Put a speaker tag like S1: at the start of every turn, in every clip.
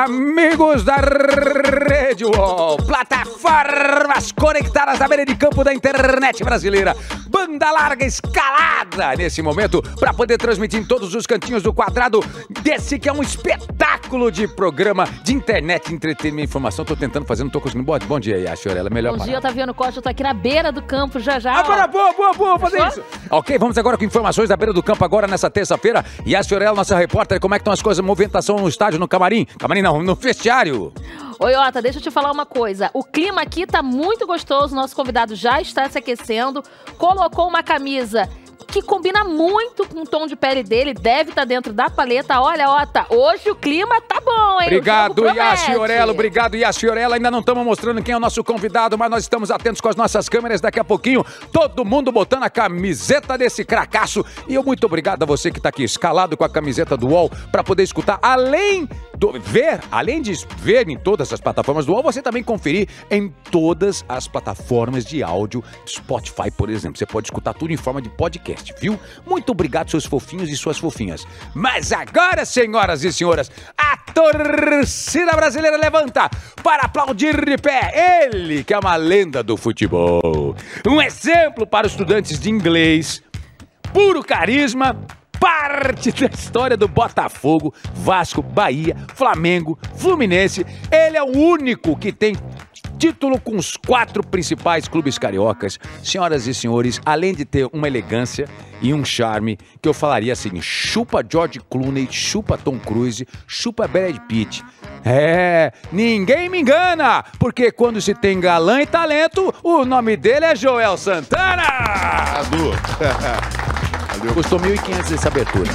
S1: amigos da Rede UOL, plataformas conectadas na beira de campo da internet brasileira. Banda larga escalada nesse momento para poder transmitir em todos os cantinhos do quadrado desse que é um espetáculo de programa de internet, entretenimento, informação. Tô tentando fazer, não tô conseguindo. Bom, bom dia, Yasha Orela, melhor
S2: Bom
S1: parar.
S2: dia, Otaviano Costa. Eu tô aqui na beira do campo já já. ó.
S1: Agora, boa, boa, boa, vou fazer
S2: Achou?
S1: isso. Ok, vamos agora com informações da beira do campo agora nessa terça-feira. E a Fiorella, nossa repórter, como é que estão as coisas, movimentação no estádio, no camarim? Camarim não, no vestiário.
S2: Oi, Ota, deixa eu te falar uma coisa. O clima aqui tá muito gostoso. Nosso convidado já está se aquecendo. Colocou uma camisa que combina muito com o tom de pele dele. Deve estar dentro da paleta. Olha, Ota, hoje o clima tá bom, hein?
S1: Obrigado, Yas Fiorello.
S2: Fiorello.
S1: Obrigado, Yas Fiorello. Ainda não estamos mostrando quem é o nosso convidado, mas nós estamos atentos com as nossas câmeras. Daqui a pouquinho, todo mundo botando a camiseta desse cracaço. E eu muito obrigado a você que está aqui escalado com a camiseta do UOL para poder escutar, além do ver, além de ver em todas as plataformas do UOL, você também conferir em todas as plataformas de áudio, Spotify, por exemplo. Você pode escutar tudo em forma de podcast, viu? Muito obrigado, seus fofinhos e suas fofinhas. Mas agora, senhoras e senhoras, a torcida brasileira levanta para aplaudir de pé ele, que é uma lenda do futebol. Um exemplo para os estudantes de inglês puro carisma, parte da história do Botafogo, Vasco, Bahia, Flamengo, Fluminense. Ele é o único que tem título com os quatro principais clubes cariocas. Senhoras e senhores, além de ter uma elegância e um charme, que eu falaria assim, chupa George Clooney, chupa Tom Cruise, chupa Brad Pitt. É, ninguém me engana, porque quando se tem galã e talento, o nome dele é Joel Santana!
S3: Cadu. Valeu.
S1: Custou 1.500 essa abertura.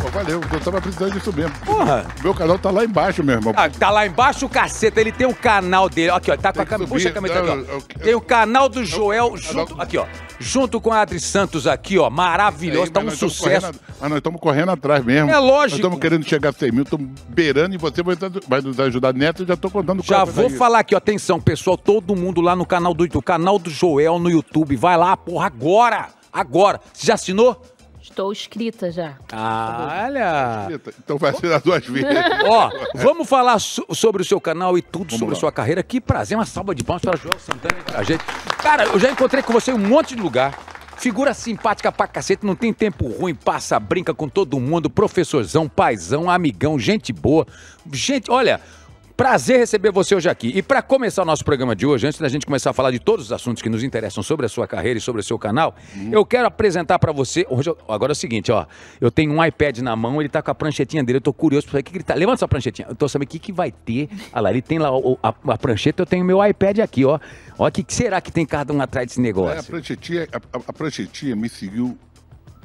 S3: Pô, valeu, eu tava precisando disso mesmo.
S1: Porra!
S3: Meu canal tá lá embaixo, meu irmão.
S1: Ah, tá lá embaixo o caceta, ele tem o canal dele. Aqui, ó, tá com
S3: Tem
S1: a
S3: que
S1: camisa.
S3: subir,
S1: Puxa
S3: é
S1: a camisa aqui,
S3: não, eu-
S1: ó.
S3: eu- é
S1: Tem o canal do Joel
S3: canal-
S1: junto. Aqui, ó. Junto com a Adri Santos aqui, ó. Maravilhoso,
S3: Aí,
S1: tá
S3: mas
S1: um
S3: nós tamo
S1: sucesso.
S3: correndo a- mas nós estamos correndo atrás mesmo.
S1: É lógico.
S3: Nós estamos querendo chegar a 100 mil, estamos beirando e você vai, vai nos ajudar neto. Eu já tô contando
S1: Já
S3: quantas
S1: vou
S3: aí.
S1: falar aqui, ó. Atenção, pessoal, todo mundo lá no canal do, do canal do Joel no YouTube. Vai lá, porra, agora! Agora! Você já assinou?
S2: Estou escrita já.
S1: Ah, olha!
S3: Então vai ser as duas vezes.
S1: Ó, vamos falar so- sobre o seu canal e tudo sobre
S3: lá.
S1: sua carreira. Que prazer, uma salva de palmas para Joel Santana e pra gente. Cara, eu já encontrei com você em um monte de lugar. Figura simpática pra cacete, não tem tempo ruim, passa, brinca com todo mundo, professorzão, paizão, amigão, gente boa. Gente, olha, prazer receber você hoje aqui. E pra começar o nosso programa de hoje, antes da gente começar a falar de todos os assuntos que nos interessam sobre a sua carreira e sobre o seu canal, eu quero apresentar pra você. Hoje, eu- agora é o seguinte, ó. Eu tenho um iPad na mão, ele tá com a pranchetinha dele, eu tô curioso pra saber o que que ele tá. Levanta essa pranchetinha, eu tô sabendo o que, que vai ter. Olha lá, ele tem lá o- a, a prancheta, eu tenho meu iPad aqui, ó. Ó, o que, que será que tem cada um atrás desse
S3: É, a,
S1: negócio?
S3: pranchetinha, a, a- a pranchetinha me seguiu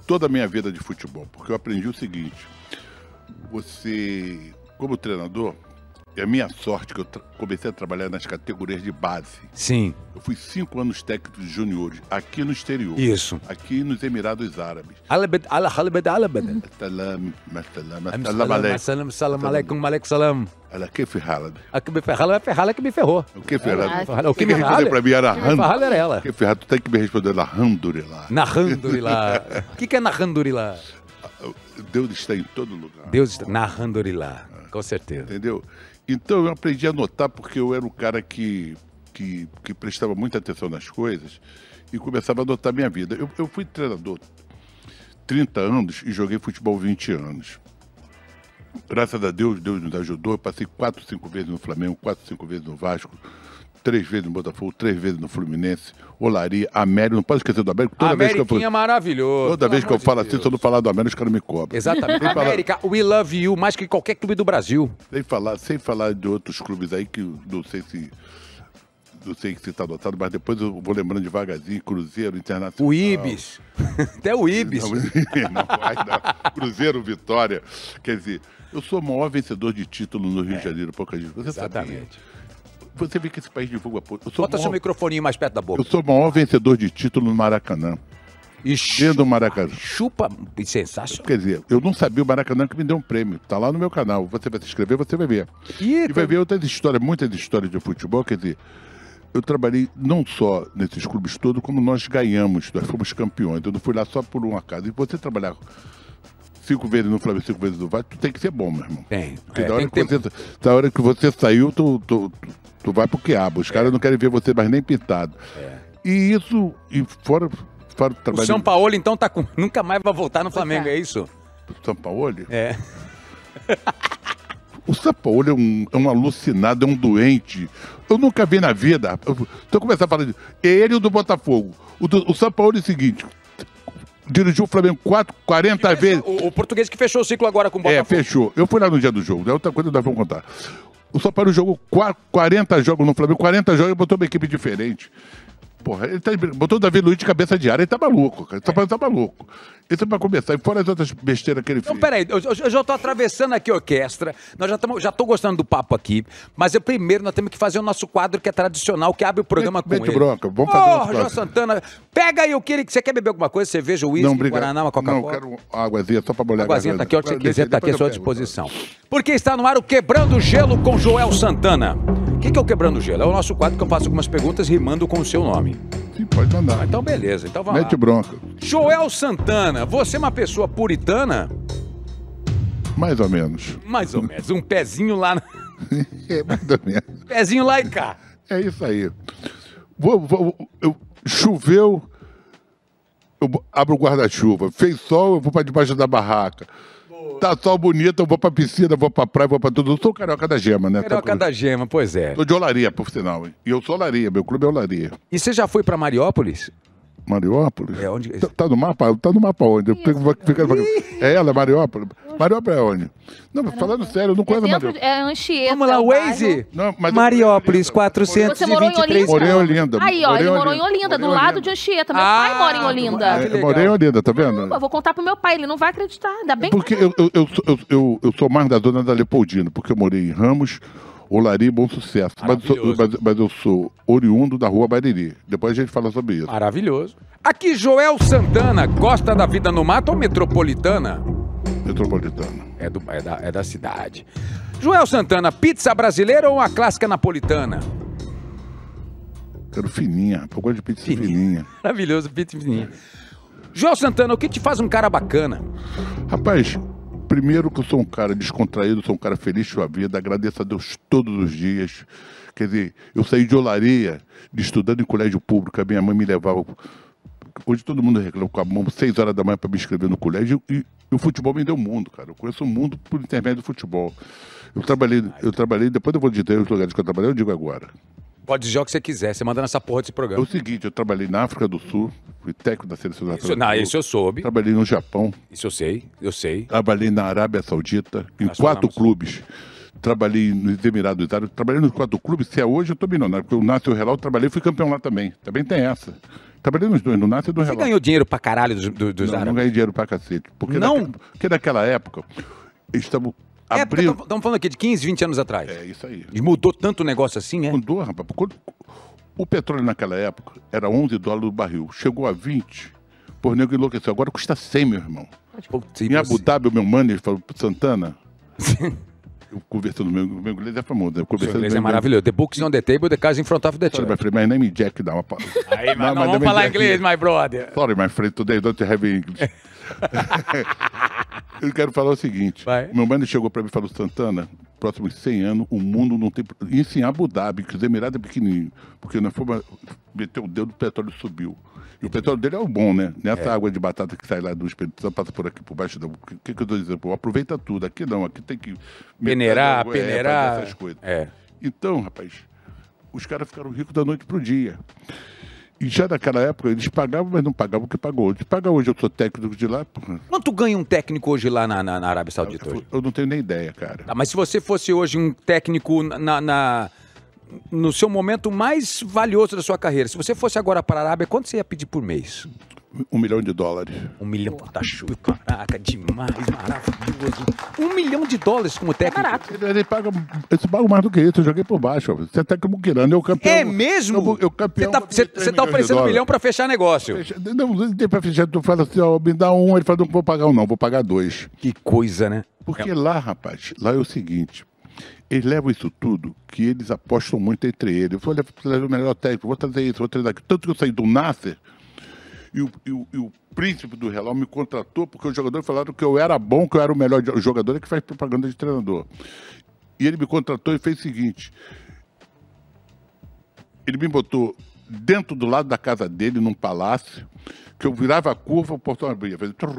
S3: toda a minha vida de futebol, porque eu aprendi o seguinte: você, como treinador, é a minha sorte que eu tra- comecei a trabalhar nas categorias de base.
S1: Sim,
S3: Eu fui cinco anos técnico de juniores aqui no exterior,
S1: isso.
S3: aqui nos Emirados Árabes.
S1: Alabed, ala- alabed, alabed.
S3: Salam, salam, salam
S1: Salam,
S3: aleikum.
S1: salam, salam, aleikum, aleikum, salam.
S3: Ala kif halad?
S1: A que me ferrala é ferrala que me ferrou.
S3: O que ferrado?
S1: Ferrala, O que me
S3: responder
S1: ferrala?
S3: pra mim era
S1: A que me
S3: Ham.
S1: ferrala era ela.
S3: O que ferrado? Tu tem que me responder lá, Hamdulillah.
S1: Narrandorilá. O que, que é narrandorilá?
S3: Deus está em todo lugar.
S1: Deus está. Narrandorilá. Com certeza.
S3: Entendeu? Então eu aprendi a anotar porque eu era um cara que, que, que prestava muita atenção nas coisas e começava a anotar minha vida. Eu, eu fui treinador 30 anos e joguei futebol 20 anos. Graças a Deus, Deus nos ajudou. Eu passei 4, 5 vezes no Flamengo, 4, 5 vezes no Vasco, 3 vezes no Botafogo, 3 vezes no Fluminense, Olaria, Américo. Não pode esquecer do Américo. Toda vez que eu,
S1: Ameriquinha
S3: falo-
S1: maravilhoso.
S3: toda
S1: pelo
S3: vez que eu
S1: amor de
S3: falo assim,
S1: Deus.
S3: se eu não falar do Américo, os caras me cobram.
S1: Exatamente.
S3: Tem que falar-
S1: América, we love you mais que qualquer clube do Brasil.
S3: Sem falar, sem falar de outros clubes aí que eu não sei se. Não sei se está anotado, mas depois eu vou lembrando devagarzinho, Cruzeiro, Internacional.
S1: O Ibis. Até o Ibis.
S3: Não, não vai, não. Cruzeiro, Vitória. Quer dizer, eu sou o maior vencedor de título no Rio de Janeiro, pouca gente.
S1: É.
S3: Você
S1: Exatamente.
S3: Sabia? Você vê que esse país divulga pouco. Eu sou, o
S1: Bota seu
S3: maior,
S1: microfoninho mais perto da
S3: eu
S1: boca.
S3: sou o maior vencedor de título no Maracanã.
S1: E
S3: Dentro
S1: chupa.
S3: do Maracanã.
S1: Chupa. Sensacional.
S3: Então, Quer dizer, eu não sabia o Maracanã que me deu um prêmio. Tá lá no meu canal. Você vai se inscrever, você vai ver.
S1: Ih,
S3: E vai ver outras histórias, muitas histórias de futebol, quer dizer, eu trabalhei não só nesses clubes Então, todos, como nós ganhamos, nós fomos campeões. Eu não fui lá só por um acaso. E você trabalhar cinco vezes no Flamengo, cinco vezes no Vasco, tu tem que ser bom, meu irmão.
S1: Tem.
S3: Porque
S1: É,
S3: da, hora
S1: tem que
S3: que
S1: ter-
S3: você, tá da hora que você saiu, tu, tu, tu, tu vai pro quiabo.
S1: É.
S3: Os caras não querem ver você mais nem pintado. E isso, e fora, fora do
S1: O
S3: trabalho
S1: São Paulo, então, tá com... nunca mais vai voltar no Flamengo,
S2: é.
S1: é isso?
S3: do São Paulo,
S1: É.
S3: O Sampaoli é um, é um alucinado, é um doente. Eu nunca vi na vida. rapaz. Eu- Então começar a falar de é ele e o do Botafogo. O, do, o Sampaoli é o seguinte: dirigiu o Flamengo quatro, 40 vezes.
S1: O, o português que fechou o ciclo agora com o
S3: É,
S1: Botafogo.
S3: fechou. Eu fui lá no dia do jogo, é outra coisa que nós vamos contar. O Sampaoli jogou qua- 40 jogos no Flamengo, 40 jogos e botou uma equipe diferente. Porra, ele tá, botou o Davi Luiz de cabeça de área, ele tá maluco, cara. O
S1: É.
S3: Sampaoli tá maluco. Isso é pra começar, e fora as outras besteiras que ele fez.
S1: Então, peraí, eu, eu- eu já tô atravessando aqui a orquestra, nós já estamos, já tô gostando do papo aqui, mas eu primeiro nós temos que fazer o nosso quadro que é tradicional, que abre o programa
S3: Mete-
S1: com
S3: mete
S1: ele.
S3: bronca, vamos fazer
S1: Porra,
S3: nosso quadro.
S1: João Santana, pega aí o que ele... Você quer beber alguma coisa? Cerveja,
S3: não,
S1: uísque,
S3: obrigado.
S1: Guaraná, uma
S3: Não, eu
S1: Coca-Cola?
S3: quero águazinha só pra molhar a
S1: Guazinha tá aqui, a hora que você
S3: Agora,
S1: quiser,
S3: deixa,
S1: tá aqui à
S3: depois
S1: sua
S3: eu pego, então.
S1: disposição. Porque está no ar o Quebrando o Gelo com Joel Santana. O que, que é o Quebrando o Gelo? É o nosso quadro que eu faço algumas perguntas rimando com o seu nome.
S3: tá. Sim, pode mandar.
S1: Então, beleza. Então vamos
S3: Mete
S1: lá.
S3: bronca.
S1: Joel Santana, você é uma pessoa puritana?
S3: Mais ou menos.
S1: Mais ou menos. Um pezinho lá, na-
S3: É, mais ou menos.
S1: pezinho lá e cá.
S3: É isso aí. Vou, vou- eu- choveu, eu bo- abro o guarda-chuva. Fez sol, eu vou pra debaixo da barraca. Tá sol bonito, eu vou pra piscina, vou pra praia, vou pra tudo. Eu sou carioca da gema, né?
S1: Carioca
S3: Tá-
S1: da gema, pois é.
S3: Tô de olaria, por sinal. hein? E eu sou olaria, meu clube é olaria.
S1: E você já foi pra Mariópolis?
S3: Mariópolis?
S1: É, onde-
S3: Tá, tá no mapa? Tá no mapa onde? Eu fico- fico- fico- É ela, Mariópolis? Mariópolis é onde? Não, mas falando sério, eu não
S2: É,
S3: conheço
S2: dentro
S3: Mariópolis.
S2: de, é Anchieta.
S1: Vamos lá,
S2: o
S1: Waze.
S2: bairro.
S3: Não, mas eu-
S1: Mariópolis,
S2: Você morou em
S1: 423
S2: Olinda?
S3: Morei em Olinda.
S2: Aí, ó,
S3: Morei
S2: ele
S3: em
S2: morou em
S3: Olinda.
S2: Olinda, do
S3: Morei em
S2: lado
S3: Olinda.
S2: de Anchieta. Meu
S1: Ah,
S2: pai mora em
S1: Ah, que
S2: Olinda.
S3: É,
S1: legal.
S3: eu morei em Olinda, tá
S2: Pô, eu
S3: vendo?
S2: vou contar pro meu pai, ele não vai acreditar. Ainda bem
S3: Porque
S2: que...
S3: eu, eu, eu, sou- eu, eu, eu sou mais da zona da Leopoldina, porque eu morei em Ramos, Olaria e Bom Sucesso. Mas, eu sou-
S1: Maravilhoso.
S3: mas- mas eu sou oriundo da rua Bariri. Depois a gente fala sobre isso.
S1: Maravilhoso. Aqui, Joel Santana, gosta da vida no mato ou metropolitana? Ah.
S3: Metropolitana.
S1: É, do- é da, é da cidade. Joel Santana, pizza brasileira ou a clássica napolitana?
S3: Quero fininha. rapaz, Eu gosto de pizza fininha.
S1: Maravilhoso, pizza fininha. Joel Santana, o que te faz um cara bacana?
S3: Rapaz, primeiro que eu sou um cara descontraído, sou um cara feliz com a vida, agradeço a Deus todos os dias. Quer dizer, eu saí de olaria, de estudando em colégio público, a minha mãe me levava. Hoje todo mundo reclama com a mão, seis horas da manhã para me inscrever no colégio, e, e o futebol me deu o mundo, cara. Eu conheço o mundo por intermédio do futebol. Eu trabalhei, eu trabalhei, depois eu vou dizer os lugares que eu trabalhei, eu digo agora.
S1: Pode dizer o que você quiser, você manda nessa porra desse
S3: É o
S1: programa.
S3: seguinte, eu trabalhei na África do Sul, fui técnico da seleção
S1: Isso,
S3: nacional.
S1: não, isso eu soube,
S3: Trabalhei no Japão,
S1: isso eu sei, eu sei.
S3: Trabalhei na Arábia Saudita, em
S1: Nós
S3: quatro
S1: falamos.
S3: clubes. Trabalhei nos Emirados Árabes, trabalhei nos quatro clubes. Se é hoje, eu tô milionário, porque o Nasce e o Real, eu trabalhei, fui campeão lá também. Também tem essa. Trabalhei nos dois, no Nasce e no
S1: Você
S3: Real.
S1: ganhou dinheiro pra caralho dos, do- dos
S3: não, não
S1: árabes?
S3: ganhei dinheiro pra cacete. Porque
S1: Não?
S3: naque- porque naquela época, eles estavam
S1: É, porque
S3: abrindo...
S1: estamos falando aqui de 15, 20 anos atrás.
S3: É isso aí.
S1: E mudou tanto o negócio assim, é?
S3: Mudou, rapaz. Quando- O petróleo naquela época era 11 dólares o barril. Chegou a 20, por nego enlouqueceu. Agora custa 100, meu irmão.
S1: Putz,
S3: Em Abu
S1: você-
S3: Dhabi, o meu manager falou pro Santana. eu conversando, meu, meu inglês é famoso. né? Eu
S1: Seu
S3: conversando
S1: inglês é
S3: meu-
S1: maravilhoso. The books on the table, the cars in front of the
S3: Sorry,
S1: chair.
S3: my friend, my name is Jack. Dá uma pausa.
S1: Aí, mas não
S3: Não, mas
S1: vamos
S3: também
S1: falar
S3: tem
S1: inglês,
S3: aqui.
S1: my brother.
S3: Sorry, my friend, today don't have English. eu quero falar o seguinte.
S1: Vai.
S3: Meu manager chegou para mim e falou, Santana, próximos 100 anos, o mundo não tem... pro- Isso em Abu Dhabi, que os Emirados é pequenininho. Porque nós fomos... Meteu o dedo, o petróleo subiu. E o petróleo dele é o bom, né? Nessa água de batata que sai lá do Espírito Santo, passa por aqui, por baixo. da- O que, que eu estou dizendo? Pô, aproveita tudo. Aqui não, aqui tem que...
S1: Peneirar,
S3: É,
S1: peneirar.
S3: fazer Essas coisas.
S1: É.
S3: Então, rapaz, os caras ficaram ricos da noite pro dia. E já naquela época eles pagavam, mas não pagavam o que pagou hoje. Paga hoje, eu sou técnico de lá, porra,
S1: Quanto ganha um técnico hoje lá na, na, na Arábia Saudita? Hoje?
S3: eu não tenho nem ideia, cara.
S1: Tá, mas se você fosse hoje um técnico na, na- no seu momento mais valioso da sua carreira, se você fosse agora para a Arábia, quanto você ia pedir por mês?
S3: Um milhão de dólares.
S1: Um milhão. Puta chuva, caraca, demais, maravilhoso. Um milhão de dólares como técnico.
S2: barato.
S3: Ele, ele paga, eu pago mais do que isso, eu joguei por baixo. rapaz. Você é técnico muquirano, eu campeão.
S1: É mesmo?
S3: Eu, eu campeão. vou
S1: Você
S3: pedir
S1: tá,
S3: três
S1: você tá oferecendo
S3: milhões de
S1: um
S3: dólares.
S1: milhão para fechar negócio.
S3: Não, não tem pra fechar, tu fala assim, ó, me dá um, ele fala, não vou pagar um não, vou pagar dois.
S1: Que coisa, né?
S3: Porque lá, rapaz, lá é o seguinte. Eles levam isso tudo que eles um apostam muito entre eles. Eu vou levar vou levar o melhor técnico, vou trazer isso, vou trazer aquilo. Tanto que eu saí do Nasser, E o, e o- e o príncipe do Real me contratou porque os jogadores falaram que eu era bom, que eu era o melhor jo- jogador é que faz propaganda de treinador. E ele me contratou e fez o seguinte: ele me botou dentro do lado da casa dele, num palácio, que eu virava a curva, o portão abria, fazia. trrr,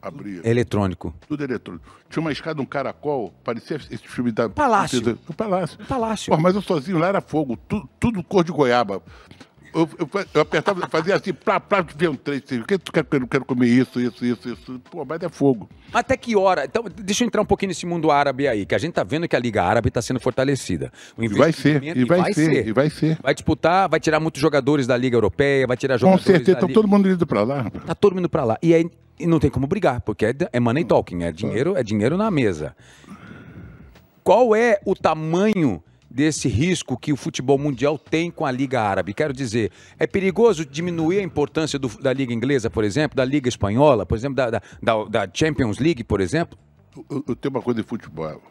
S3: abria
S1: Eletrônico.
S3: tudo É eletrônico. Tinha uma escada, um caracol, parecia esse filme da...
S1: Palácio.
S3: O palácio.
S1: Palácio.
S3: Pô, mas eu sozinho lá era fogo, tu- tudo cor de goiaba. Eu, eu, fa- eu apertava, fazia assim, pra, pra, ver um três, assim, que tu quer, eu não quero comer isso, isso, isso, isso. Pô, mas é fogo.
S1: Até que hora? Então, deixa eu entrar um pouquinho nesse mundo árabe aí, que a gente tá vendo que a Liga Árabe está sendo fortalecida. O
S3: E vai ser,
S1: investimento-
S3: e vai, ser, e vai ser.
S1: Vai disputar, vai tirar muitos jogadores da Liga Europeia, vai tirar
S3: Com
S1: jogadores
S3: certeza,
S1: da
S3: tá
S1: Liga-
S3: todo mundo indo pra lá. rapaz.
S1: Tá todo mundo pra lá. E aí e não tem como brigar, porque é, é money talking, é dinheiro, é dinheiro na mesa. Qual é o tamanho desse risco que o futebol mundial tem com a Liga Árabe? Quero dizer, é perigoso diminuir a importância do- da Liga Inglesa, por exemplo, da Liga Espanhola, por exemplo, da, da, da- da Champions League, por exemplo?
S3: Eu, eu tenho uma coisa de futebol.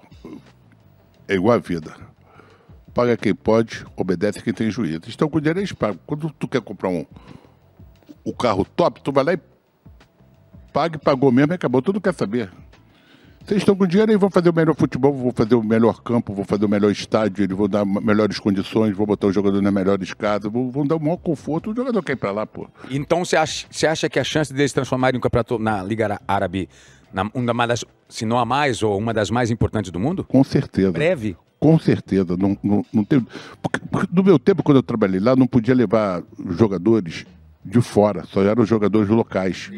S3: É igual a vida. Paga quem pode, obedece quem tem juízo. Estão com dinheiro, eles pagam. Quando tu quer comprar um, o carro top, tu vai lá e paga, e pagou mesmo e acabou. Tu não quer saber. Vocês estão com dinheiro e vão fazer o melhor futebol, vão fazer o melhor campo, vão fazer o melhor estádio, eles vão dar ma- melhores condições, vão botar o jogador nas melhores casas, vão, vão dar o maior conforto. O jogador quer ir pra lá, pô.
S1: Então você acha, você acha que a chance deles transformarem um campeonato na Liga Ara- Árabe, na, uma das, se não a mais, ou uma das mais importantes do mundo?
S3: Com certeza.
S1: Breve.
S3: Com certeza, não, não, não tem. Porque, porque no meu tempo, quando eu trabalhei lá, não podia levar jogadores de fora, só eram jogadores locais.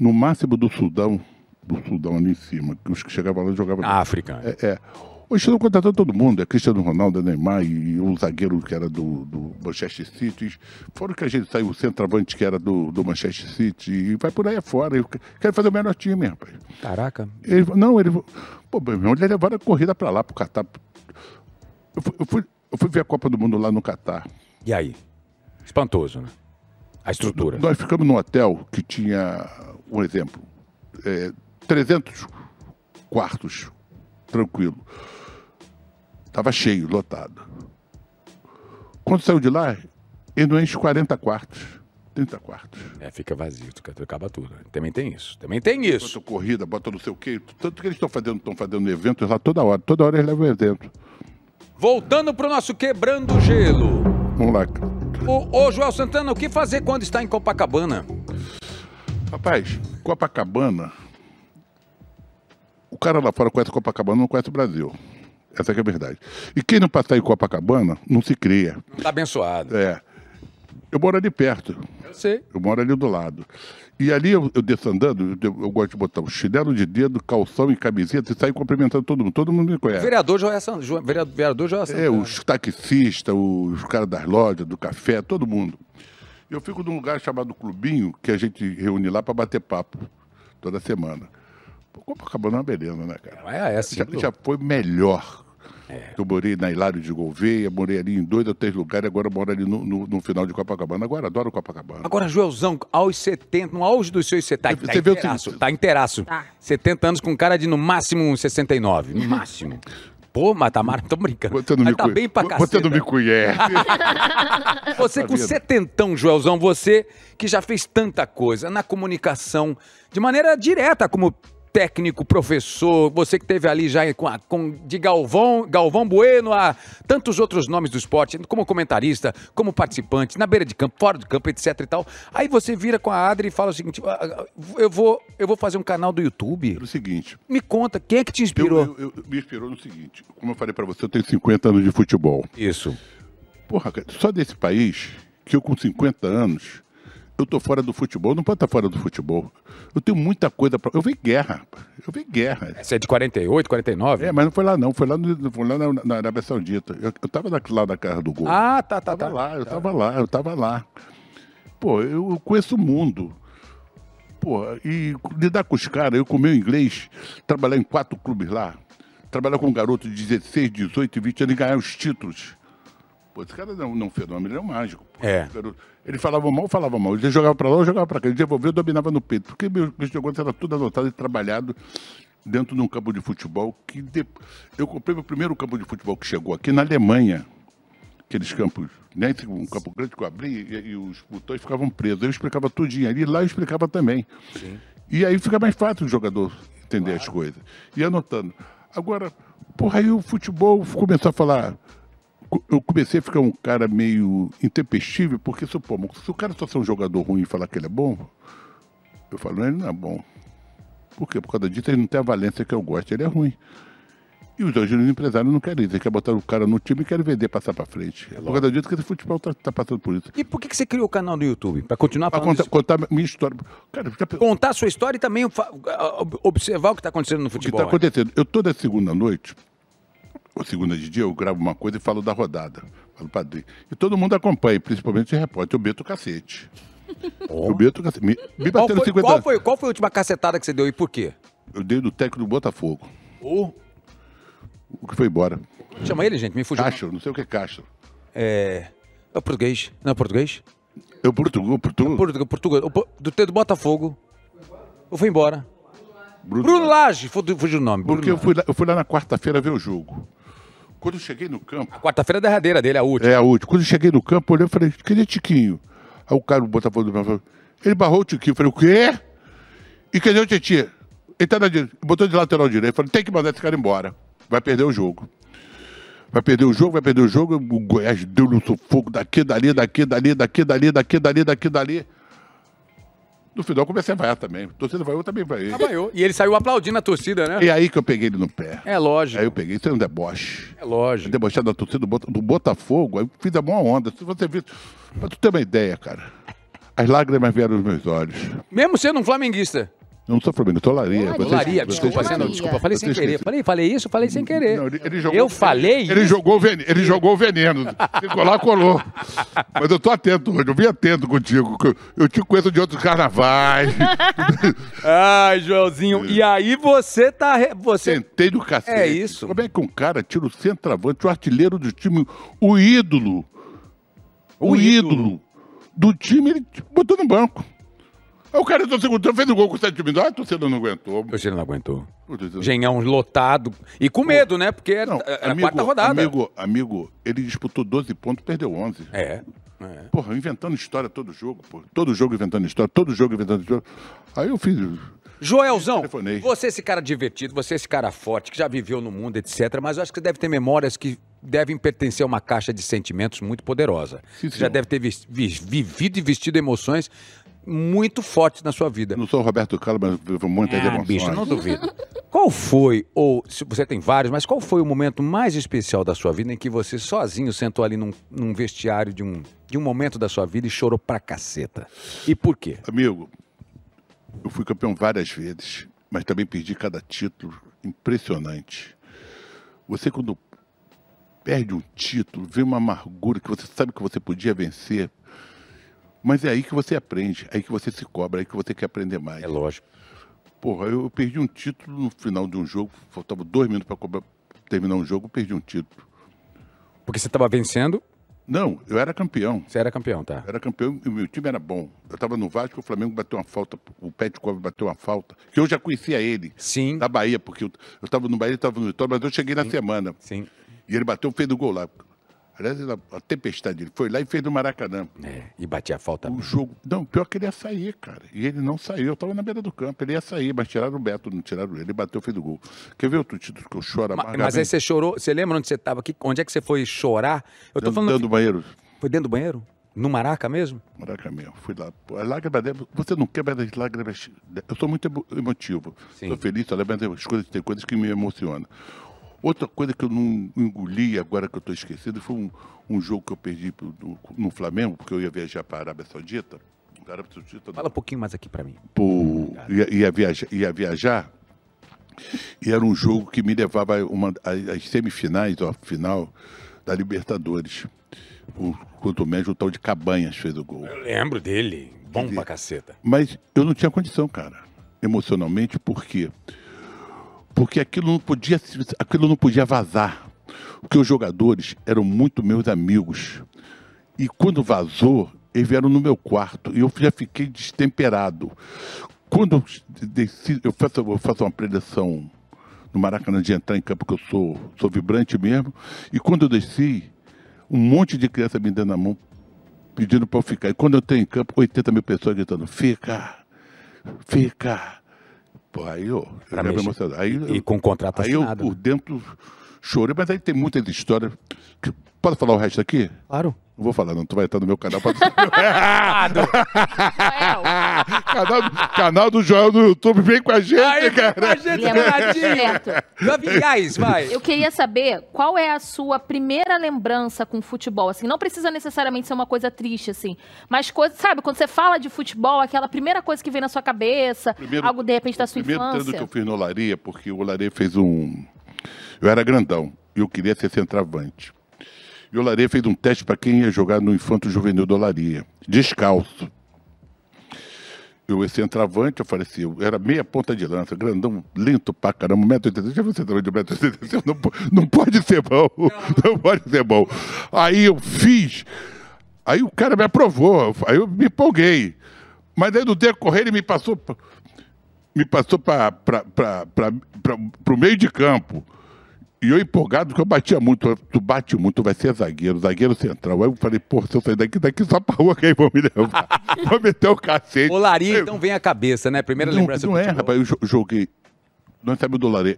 S3: No máximo do Sudão, do Sudão ali em cima, que os que chegavam lá jogavam.
S1: Na África.
S3: É, é. Hoje estão contratando todo mundo, é Cristiano Ronaldo, é Neymar e o zagueiro que era do, do Manchester City. Fora que a gente saiu o centroavante que era do, do Manchester City e vai por aí afora. Eu que- quero fazer o melhor time, rapaz.
S1: Caraca.
S3: Ele, falou, não, ele. falou, Pô, meu irmão, ele levaram a corrida pra lá, pro Catar. Eu fui, eu, fui, eu fui ver a Copa do Mundo lá no Catar.
S1: E aí? Espantoso, né? A estrutura.
S3: Nós ficamos num hotel que tinha, um exemplo, é, 300 quartos, tranquilo. Tava cheio, lotado. Quando saiu de lá, ele não enche 40 quartos, 30 quartos.
S1: É, fica vazio, fica- acaba tudo. Também tem isso. Também tem isso.
S3: Bota corrida, bota não sei o quê. Tanto que eles estão fazendo, estão fazendo eventos lá toda hora. Toda hora eles levam um evento.
S1: Voltando pro nosso quebrando gelo.
S3: Vamos lá.
S1: Ô, ô, Joel Santana, o que fazer quando está em Copacabana?
S3: Rapaz, Copacabana. O cara lá fora conhece Copacabana, não conhece o Brasil. Essa que é a verdade. E quem não passar em Copacabana, não se cria.
S1: Tá abençoado.
S3: É. Eu moro ali perto.
S1: Eu sei.
S3: Eu moro ali do lado. E ali eu, eu desço andando, eu, eu gosto de botar o chinelo de dedo, calção e camiseta e sair cumprimentando todo mundo. Todo mundo me conhece.
S1: Vereador Joel Santana. Vereador Joel Santana.
S3: É, os taxistas, os caras das lojas, do café, todo mundo. Eu fico num lugar chamado Clubinho, que a gente reúne lá para bater papo toda semana. Pô, Copacabana é uma beleza, né, cara?
S1: É, é assim.
S3: Já, já foi melhor.
S1: É.
S3: Eu morei na Hilário de Gouveia, morei ali em dois ou três lugares, agora eu moro ali no, no- no final de Copacabana. Agora adoro Copacabana.
S1: Agora, Joelzão, aos 70, no auge dos seus 70, tá, tá
S3: Você vê o
S1: inteiraço,
S3: seguinte-
S1: tá inteiraço.
S2: Tá.
S1: 70 anos com cara de no máximo uns 69, no máximo. Pô, Matamar, tô brincando.
S3: Você não,
S1: Mas
S3: me
S1: tá
S3: conhe-
S1: bem pra
S3: Você não
S1: caceta.
S3: me conhece.
S1: Você com
S3: vida.
S1: setentão, Joelzão, você que já fez tanta coisa na comunicação, de maneira direta, como técnico, professor, você que teve ali já com, a- com- de Galvão, Galvão Bueno a tantos outros nomes do esporte, como comentarista, como participante, na beira de campo, fora do campo, etc e tal. Aí você vira com a Adri e fala o seguinte: "Ah, ah, eu vou, eu vou fazer um canal do YouTube.
S3: o seguinte,
S1: Me conta, quem é que te
S3: eu,
S1: inspirou?
S3: eu- eu- me inspirou no seguinte, como eu falei para você, eu tenho 50 anos de futebol.
S1: Isso.
S3: Porra, cara, só desse país, que eu com 50 anos, eu tô fora do futebol, não pode estar fora do futebol. Eu tenho muita coisa pra. Eu vi guerra, rapaz. eu vi guerra.
S1: Você é de 48, 49?
S3: É, mas não foi lá não, foi lá, no, foi lá na, na Arábia Saudita. Eu, eu tava na- lá na casa do gol.
S1: Ah, tá, tá,
S3: eu
S1: tá.
S3: tava então lá, eu tava lá, eu tava lá. Pô, eu, eu conheço o mundo. Pô, e lidar com os caras, eu com o meu inglês, trabalhar em quatro clubes lá, trabalhar com um garoto de 16, 18, 20 anos e ganhar os títulos. Pô, esse cara não, não é um fenômeno, ele é um mágico. pô.
S1: É.
S3: Esse garoto- Ele falava mal, falava mal. Ele jogava pra lá, eu jogava pra cá. Ele devolveu, eu dominava no peito. Porque meu meus jogadores era tudo anotado e trabalhado dentro de um campo de futebol que... de- Eu comprei meu primeiro campo de futebol que chegou aqui na Alemanha aqueles campos, né? Um campo grande que eu abri e, e os botões ficavam presos. Eu explicava tudinho ali, lá eu explicava também. E aí fica mais fácil o jogador entender as coisas. E anotando. Agora, porra, aí o futebol começou a falar. co- Eu comecei a ficar um cara meio intempestível, porque supomos, se o cara só ser um jogador ruim e falar que ele é bom, eu falo, não, ele não é bom. Por quê? Por causa disso ele não tem a valência que eu gosto, ele é ruim. E os dois empresários não querem isso, eles querem botar o cara no time e querem vender, passar pra
S1: É
S3: frente. por causa disso que esse futebol tá, tá passando por isso.
S1: E por que, que você criou o canal no YouTube? Pra continuar
S3: Pra
S1: falando
S3: contar,
S1: isso?
S3: contar minha história. Cara, já, pe-
S1: contar a sua história e também fa- ob- observar o que está acontecendo no
S3: O que
S1: futebol.
S3: está acontecendo? Eu toda segunda noite, ou segunda de dia, eu gravo uma coisa e falo da rodada. Falo padrinho. E todo mundo acompanha, principalmente o repórter, o Beto Cacete. O Beto Cacete. Me, me
S1: qual,
S3: batendo
S1: foi,
S3: 50
S1: qual, foi, qual foi a última cacetada que você deu e por quê?
S3: Eu dei do técnico do Botafogo. O que foi embora.
S1: Chama ele, gente, me fugiu.
S3: Castro, não sei o que é Castro.
S1: É. É o português. Não é português?
S3: Eu, Portugal, Portugal.
S1: Português. português. O po- do teu do Botafogo. Eu fui embora.
S3: Bruno.
S1: Bruno Lage, fu- fugiu o nome.
S3: Porque
S1: Bruno
S3: eu fui, lá, eu fui lá na quarta-feira ver o jogo. Quando eu cheguei no campo,
S1: Lage. Quarta-feira é derradeira dele, a última.
S3: É a última. Quando eu cheguei no campo, eu olhei e falei, cadê Tiquinho? Aí o cara do Botafogo do meu falou, ele barrou o Tiquinho. Eu falei, o quê? E cadê o Tietchan? Ele tá na direita. Botou de lateral direito. Eu falei, tem que mandar esse cara embora. Vai perder o jogo. Vai perder o jogo, vai perder o jogo. O Goiás deu no sufoco daqui, dali, daqui, dali, daqui, dali, daqui, dali, daqui, dali. No final eu comecei a vaiar também. Torcida vaiou, eu também vaiei.
S1: Trabalhou. E ele saiu aplaudindo a torcida, né?
S3: É. E aí que eu peguei ele no pé.
S1: É lógico.
S3: Aí eu peguei, isso é um deboche
S1: É lógico.
S3: debochado da torcida do, Bota- do Botafogo, aí eu fiz a maior onda. Se você viu. Pra tu ter uma ideia, cara. As lágrimas vieram nos meus olhos.
S1: Mesmo sendo um flamenguista.
S3: Eu não sou Flamengo, eu tô Laria.
S2: Olaria,
S3: Vocês-
S1: Olaria,
S3: vocês-
S1: desculpa,
S2: Olaria.
S1: sendo, desculpa, falei sem
S3: Vocês
S1: querer.
S3: esqueceram.
S1: Falei, falei isso, falei sem querer.
S3: Não, ele- ele jogou-
S1: eu falei
S3: Ele
S1: isso.
S3: jogou, o veneno, ele jogou o veneno. Se colar, colou. Mas eu tô atento hoje, eu vim atento contigo. que eu- Eu te conheço de outros carnavais.
S1: Ai,
S3: É.
S1: Joelzinho, e aí você tá. re- Você...
S3: Sentei do cacete.
S1: É isso.
S3: Como é que um cara tira o centroavante, o artilheiro do time, o ídolo? O,
S1: O
S3: ídolo.
S1: ídolo.
S3: do time, ele botou no banco. Aí o cara do segundo tempo fez um gol com sete minutos. Ah, a torcida não aguentou.
S1: Você não aguentou.
S3: Putz,
S1: Genhão lotado. E com medo, né? Porque era,
S3: Não,
S1: era a quarta rodada.
S3: Amigo, amigo, ele disputou 12 pontos, perdeu 11.
S1: É. é.
S3: Porra, inventando história todo jogo, pô. Todo jogo inventando história, todo jogo inventando história. Aí eu fiz...
S1: Joelzão,
S3: Telefonei.
S1: você é esse cara divertido, você é esse cara forte, que já viveu no mundo, etc. Mas eu acho que você deve ter memórias que devem pertencer a uma caixa de sentimentos muito poderosa.
S3: Sim,
S1: você já
S3: senhor.
S1: deve ter vis- vis- vivido e vestido emoções muito fortes na sua vida.
S3: Não sou o Roberto Carlos, mas vivo muitas
S1: Ah,
S3: emoções.
S1: bicho, não duvido. Qual foi, ou se você tem vários, mas qual foi o momento mais especial da sua vida em que você sozinho sentou ali num, num vestiário de um, de um momento da sua vida e chorou pra caceta? E por quê?
S3: Amigo, eu fui campeão várias vezes, mas também perdi cada título impressionante. Você, quando perde um título, vê uma amargura que você sabe que você podia vencer, mas é aí que você aprende, é aí que você se cobra, aí que você quer aprender mais.
S1: É lógico.
S3: Porra, eu perdi um título no final de um jogo, faltava dois minutos para terminar um jogo, eu perdi um título.
S1: Porque você tava vencendo,
S3: Não, eu era campeão.
S1: você era campeão, tá?
S3: Eu era campeão e o meu time era bom. Eu estava no Vasco, o Flamengo bateu uma falta, o Pet Cove bateu uma falta, que eu já conhecia ele.
S1: Sim.
S3: Da Bahia, porque eu estava no Bahia, ele estava no Vitória, mas eu cheguei na semana.
S1: Sim.
S3: E ele bateu, fez o gol lá. Aliás, ele- a tempestade, ele foi lá e fez no Maracanã.
S1: É, e batia a falta.
S3: O jogo. Não, pior é que ele ia sair, cara. E ele não saiu. Eu estava na beira do campo, ele ia sair, mas tiraram o Beto, não tiraram ele. Ele bateu, fez o gol. Quer ver outro título que eu choro
S1: Ma- Mas, é
S3: amargamente?
S1: aí você chorou, você lembra onde você tava? Que- onde é que você foi chorar? Eu tô
S3: Dentro-
S1: falando.
S3: dentro do banheiro.
S1: Foi dentro do banheiro? No Maraca mesmo?
S3: Maracanã, fui lá. Pô, A lágrima dela, você não quebra as lágrimas. Eu sou muito emo- emotivo.
S1: Sim.
S3: Sou feliz, só lembro das coisas, tem coisas que me emocionam. Outra coisa que eu não engoli agora que eu estou esquecido foi um, um jogo que eu perdi pro- no, no Flamengo, porque eu ia viajar para a Arábia Saudita. A Arábia Saudita
S1: Fala um pouquinho mais aqui pra mim.
S3: pro, ia, ia viajar, ia viajar. E era um jogo que me levava a uma- a- às semifinais, ou a final da Libertadores. O, quanto menos o tal de Cabanhas fez o gol.
S1: lembro dele. Bom pra caceta.
S3: Mas eu não tinha condição, cara, emocionalmente, por quê? Porque aquilo não podia, se- aquilo não podia vazar. Porque os jogadores eram muito meus amigos. E quando vazou, eles vieram no meu quarto e eu já fiquei destemperado. Quando eu decido, eu faço, eu faço uma predição no Maracanã de entrar em campo, porque eu sou, sou vibrante mesmo. E quando eu desci, um monte de criança me dando a mão, pedindo para eu ficar. E quando eu entrei em campo, 80 mil pessoas gritando, fica, fica. Pô, aí eu, eu
S1: Pra
S3: já me
S1: mexer.
S3: emocionei. Aí,
S1: E- e com o contrato
S3: Aí eu,
S1: assinado,
S3: por
S1: né?
S3: dentro, chorei. Mas aí tem muitas histórias. que- Posso falar o resto aqui?
S4: Claro.
S3: Não vou falar, não. Tu vai estar no meu canal. Pode...
S2: Rafael,
S3: canal, canal do Joel no YouTube. Vem com a gente,
S1: Aí,
S3: cara.
S1: a gente,
S2: ele é muito
S1: Bernardinho.
S2: esperto.
S1: Gaviais, vai.
S2: Eu queria saber qual é a sua primeira lembrança com futebol, assim, não precisa necessariamente ser uma coisa triste, assim, mas coisa, sabe, quando você fala de futebol, aquela primeira coisa que vem na sua cabeça,
S3: Primeiro-
S2: algo de repente da sua
S3: primeiro treino
S2: infância.
S3: que eu fiz no Olaria, porque o Olaria fez um. Eu era grandão e eu queria ser centroavante. E o Olaria fez um teste para quem ia jogar no Infanto Juvenil do Olaria, descalço. Eu ia centroavante, eu falei assim, eu era meia ponta de lança, grandão, lento pra caramba, 1,80m, já você também de 1,80m, não, po- não pode ser bom, não pode ser bom. Aí eu fiz, Aí o cara me aprovou, aí eu me empolguei. Mas aí no decorrer ele me passou, pra- me passou para o meio de campo. E eu empolgado, porque eu batia muito. Tu bate muito, tu vai ser zagueiro, zagueiro central. Aí eu falei, pô, se eu sair daqui, daqui só pra rua que aí vão me levar. vão meter o cacete.
S1: Olaria, então vem a cabeça, né? Primeira
S3: Não,
S1: lembrança
S3: não
S1: do
S3: é,
S1: futebol.
S3: rapaz, eu jo- joguei. Nós sabemos do Larê.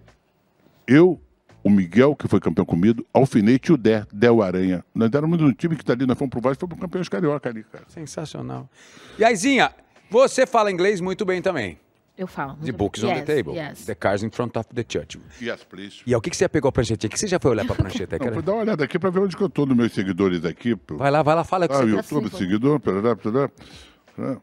S3: Eu, o Miguel, que foi campeão comigo, Alfinete e o Dé, Del Aranha. Nós éramos um time que tá ali, nós fomos pro Vasco, fomos campeões carioca ali, cara.
S1: Sensacional. E Aizinha, você fala inglês muito bem também.
S2: Eu falo.
S1: The books on the
S2: Uhum. Yes,
S1: table.
S2: yes.
S1: The cars in front of the church.
S3: Yes, please.
S1: E aí, o que, que você pegou a prancheta? O que você já foi olhar pra prancheta?
S3: Não,
S1: Quero-
S3: vou dar uma olhada aqui pra ver onde que eu tô nos meus seguidores aqui. pô.
S1: Vai lá, vai lá, fala o que
S3: Ah,
S1: você...
S3: YouTube,
S2: assim,
S3: seguidor, perará, perará. Ah,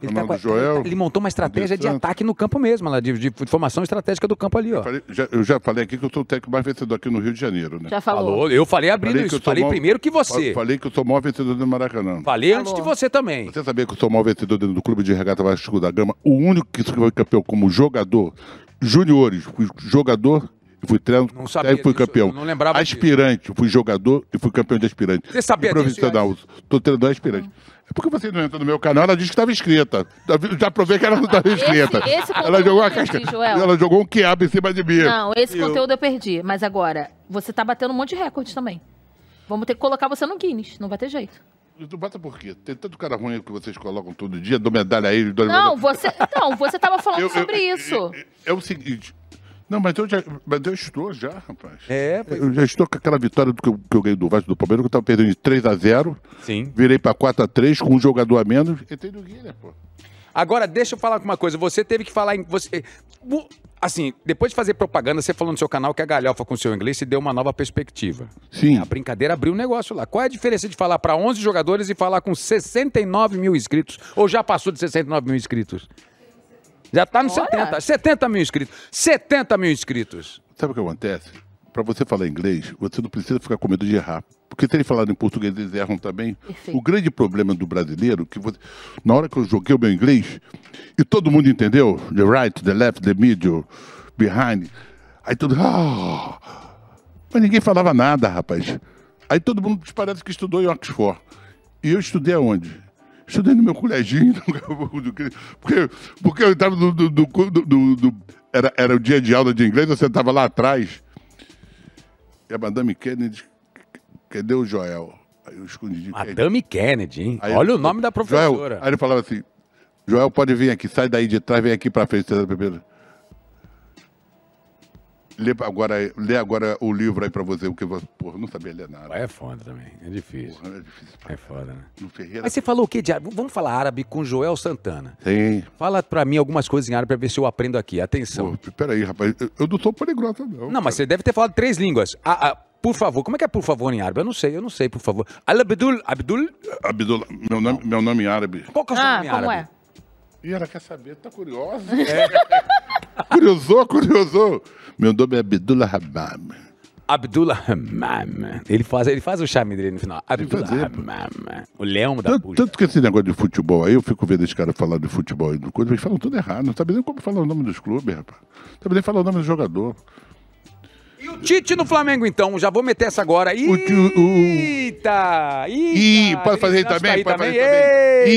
S1: Ele, tá
S3: Canal
S1: com a-
S3: do Joel,
S1: ele- ele montou uma estratégia de
S3: Santos.
S1: ataque no campo mesmo, lá, de, de formação estratégica do campo ali, ó.
S3: falei- já- eu já falei aqui que eu sou o técnico mais vencedor aqui no Rio de Janeiro, né?
S2: Já falou.
S1: Falou, eu falei abrindo
S3: Falei que eu
S1: isso.
S3: sou
S1: Falei
S3: maior-
S1: primeiro que você.
S3: Fa- Falei que eu sou o maior vencedor do Maracanã.
S1: Falei antes de
S2: Falou.
S1: você também.
S3: Você sabia que eu sou o maior vencedor dentro do clube de regata Vasco da Gama? O único que foi campeão como jogador, juniores, fui jogador e fui treinador,
S1: Não sabia
S3: e fui
S1: disso,
S3: campeão.
S1: eu não lembrava disso.
S3: Aspirante, fui jogador e fui campeão de aspirante.
S1: Você sabia
S3: E Profissional, tô treinador aspirante. É porque você não entra no meu canal, ela disse que estava inscrita. Já- Já provei que ela não estava
S2: Ah, Esse-
S3: inscrita.
S2: esse
S3: ela jogou uma
S2: conteúdo eu perdi,
S3: casca,
S2: Joel.
S3: ela jogou um quiabo em cima de mim.
S2: Não, esse conteúdo eu perdi. Mas agora, você tá batendo um monte de recordes também. Vamos ter que colocar você no Guinness, não vai ter jeito.
S3: Tu bota por quê? Tem tanto cara ruim que vocês colocam todo dia, dou medalha a ele, dou medalha
S2: Não, você. Não, você tava falando sobre isso.
S3: É, é o seguinte. Não, mas eu já mas eu estou já, rapaz.
S1: É, pois-
S3: Eu já estou com aquela vitória do que eu, que eu ganhei do Vasco do Palmeiras, que eu estava perdendo de 3x0.
S1: Sim.
S3: Virei para 4x3 com um jogador a menos. Entrei no Guilherme, pô.
S1: Agora, deixa eu falar uma coisa. Você teve que falar em. Você, bu- assim, depois de fazer propaganda, você falou no seu canal que a galhofa com seu inglês se deu uma nova perspectiva.
S3: Sim.
S1: A brincadeira abriu um negócio lá. Qual é a diferença de falar pra 11 jogadores e falar com 69 mil inscritos? Ou já passou de 69 mil inscritos? Já tá no
S2: Ora.
S1: 70. 70 mil inscritos. 70 mil inscritos.
S3: Sabe o que acontece? Para você falar inglês, você não precisa ficar com medo de errar. Porque se ele falar em português, eles erram também.
S2: Perfeito.
S3: O grande problema do brasileiro, que você... na hora que eu joguei o meu inglês, e todo mundo entendeu, the right, the left, the middle, behind, aí todo ah! Mas ninguém falava nada, rapaz. Aí todo mundo parece que estudou em Oxford. E eu estudei aonde? Estudei no meu coleginho, no- do- porque, porque eu estava do, do- do- do- do- do- era, era o dia de aula de inglês, eu sentava lá atrás. E a Madame Kennedy, cadê o Joel? Aí eu escondi.
S1: Madame Kennedy, hein?
S3: Aí-
S1: Olha o nome da professora.
S3: Joel, aí ele falava assim: Joel, pode vir aqui, sai daí de trás, vem aqui pra frente, César Pepeira. Lê agora, lê agora o livro aí pra você, porque você, porra, não sabia ler nada.
S1: É foda também. É difícil.
S3: Porra, é difícil.
S1: É foda, né?
S3: No Ferreira.
S1: Mas você falou o quê de árabe? Vamos falar árabe com Joel Santana.
S3: Tem.
S1: Fala pra mim algumas coisas em árabe pra ver se eu aprendo aqui. Atenção.
S3: Pô, peraí, rapaz, eu- eu não sou poligrota, não.
S1: Não, mas você deve ter falado três línguas. Ah, ah, por favor, como é que é por favor em árabe? Eu não sei, eu não sei, por favor. Al-Abdul, Abdul,
S3: Abdullah, meu nome, meu nome é árabe.
S1: qual que é o seu
S2: Ah,
S1: nome em
S2: como
S1: árabe?
S2: é?
S3: E ela quer saber, tá curiosa? curiosou, curiosou. Meu nome é Abdullah Habab.
S1: Abdullah Hammam. Ele faz, ele faz o charme dele no final. Abdullah
S3: fazer, pô.
S1: Hammam. O leão da
S3: Tanto,
S1: puxa.
S3: tanto que esse negócio de futebol aí, eu fico vendo esse cara falar de futebol e do coisa, eles falam tudo errado. Não sabe nem como falar o nome dos clubes, rapaz. Não sabe nem falar o nome do jogador.
S1: E o Tite no Flamengo, então. Já vou meter essa agora.
S3: ti- o- o-
S1: Eita! Eita!
S3: Ih, pode fazer
S1: Ele
S3: também?
S1: tá
S3: Pode
S1: aí
S3: fazer
S1: Ei!
S3: também?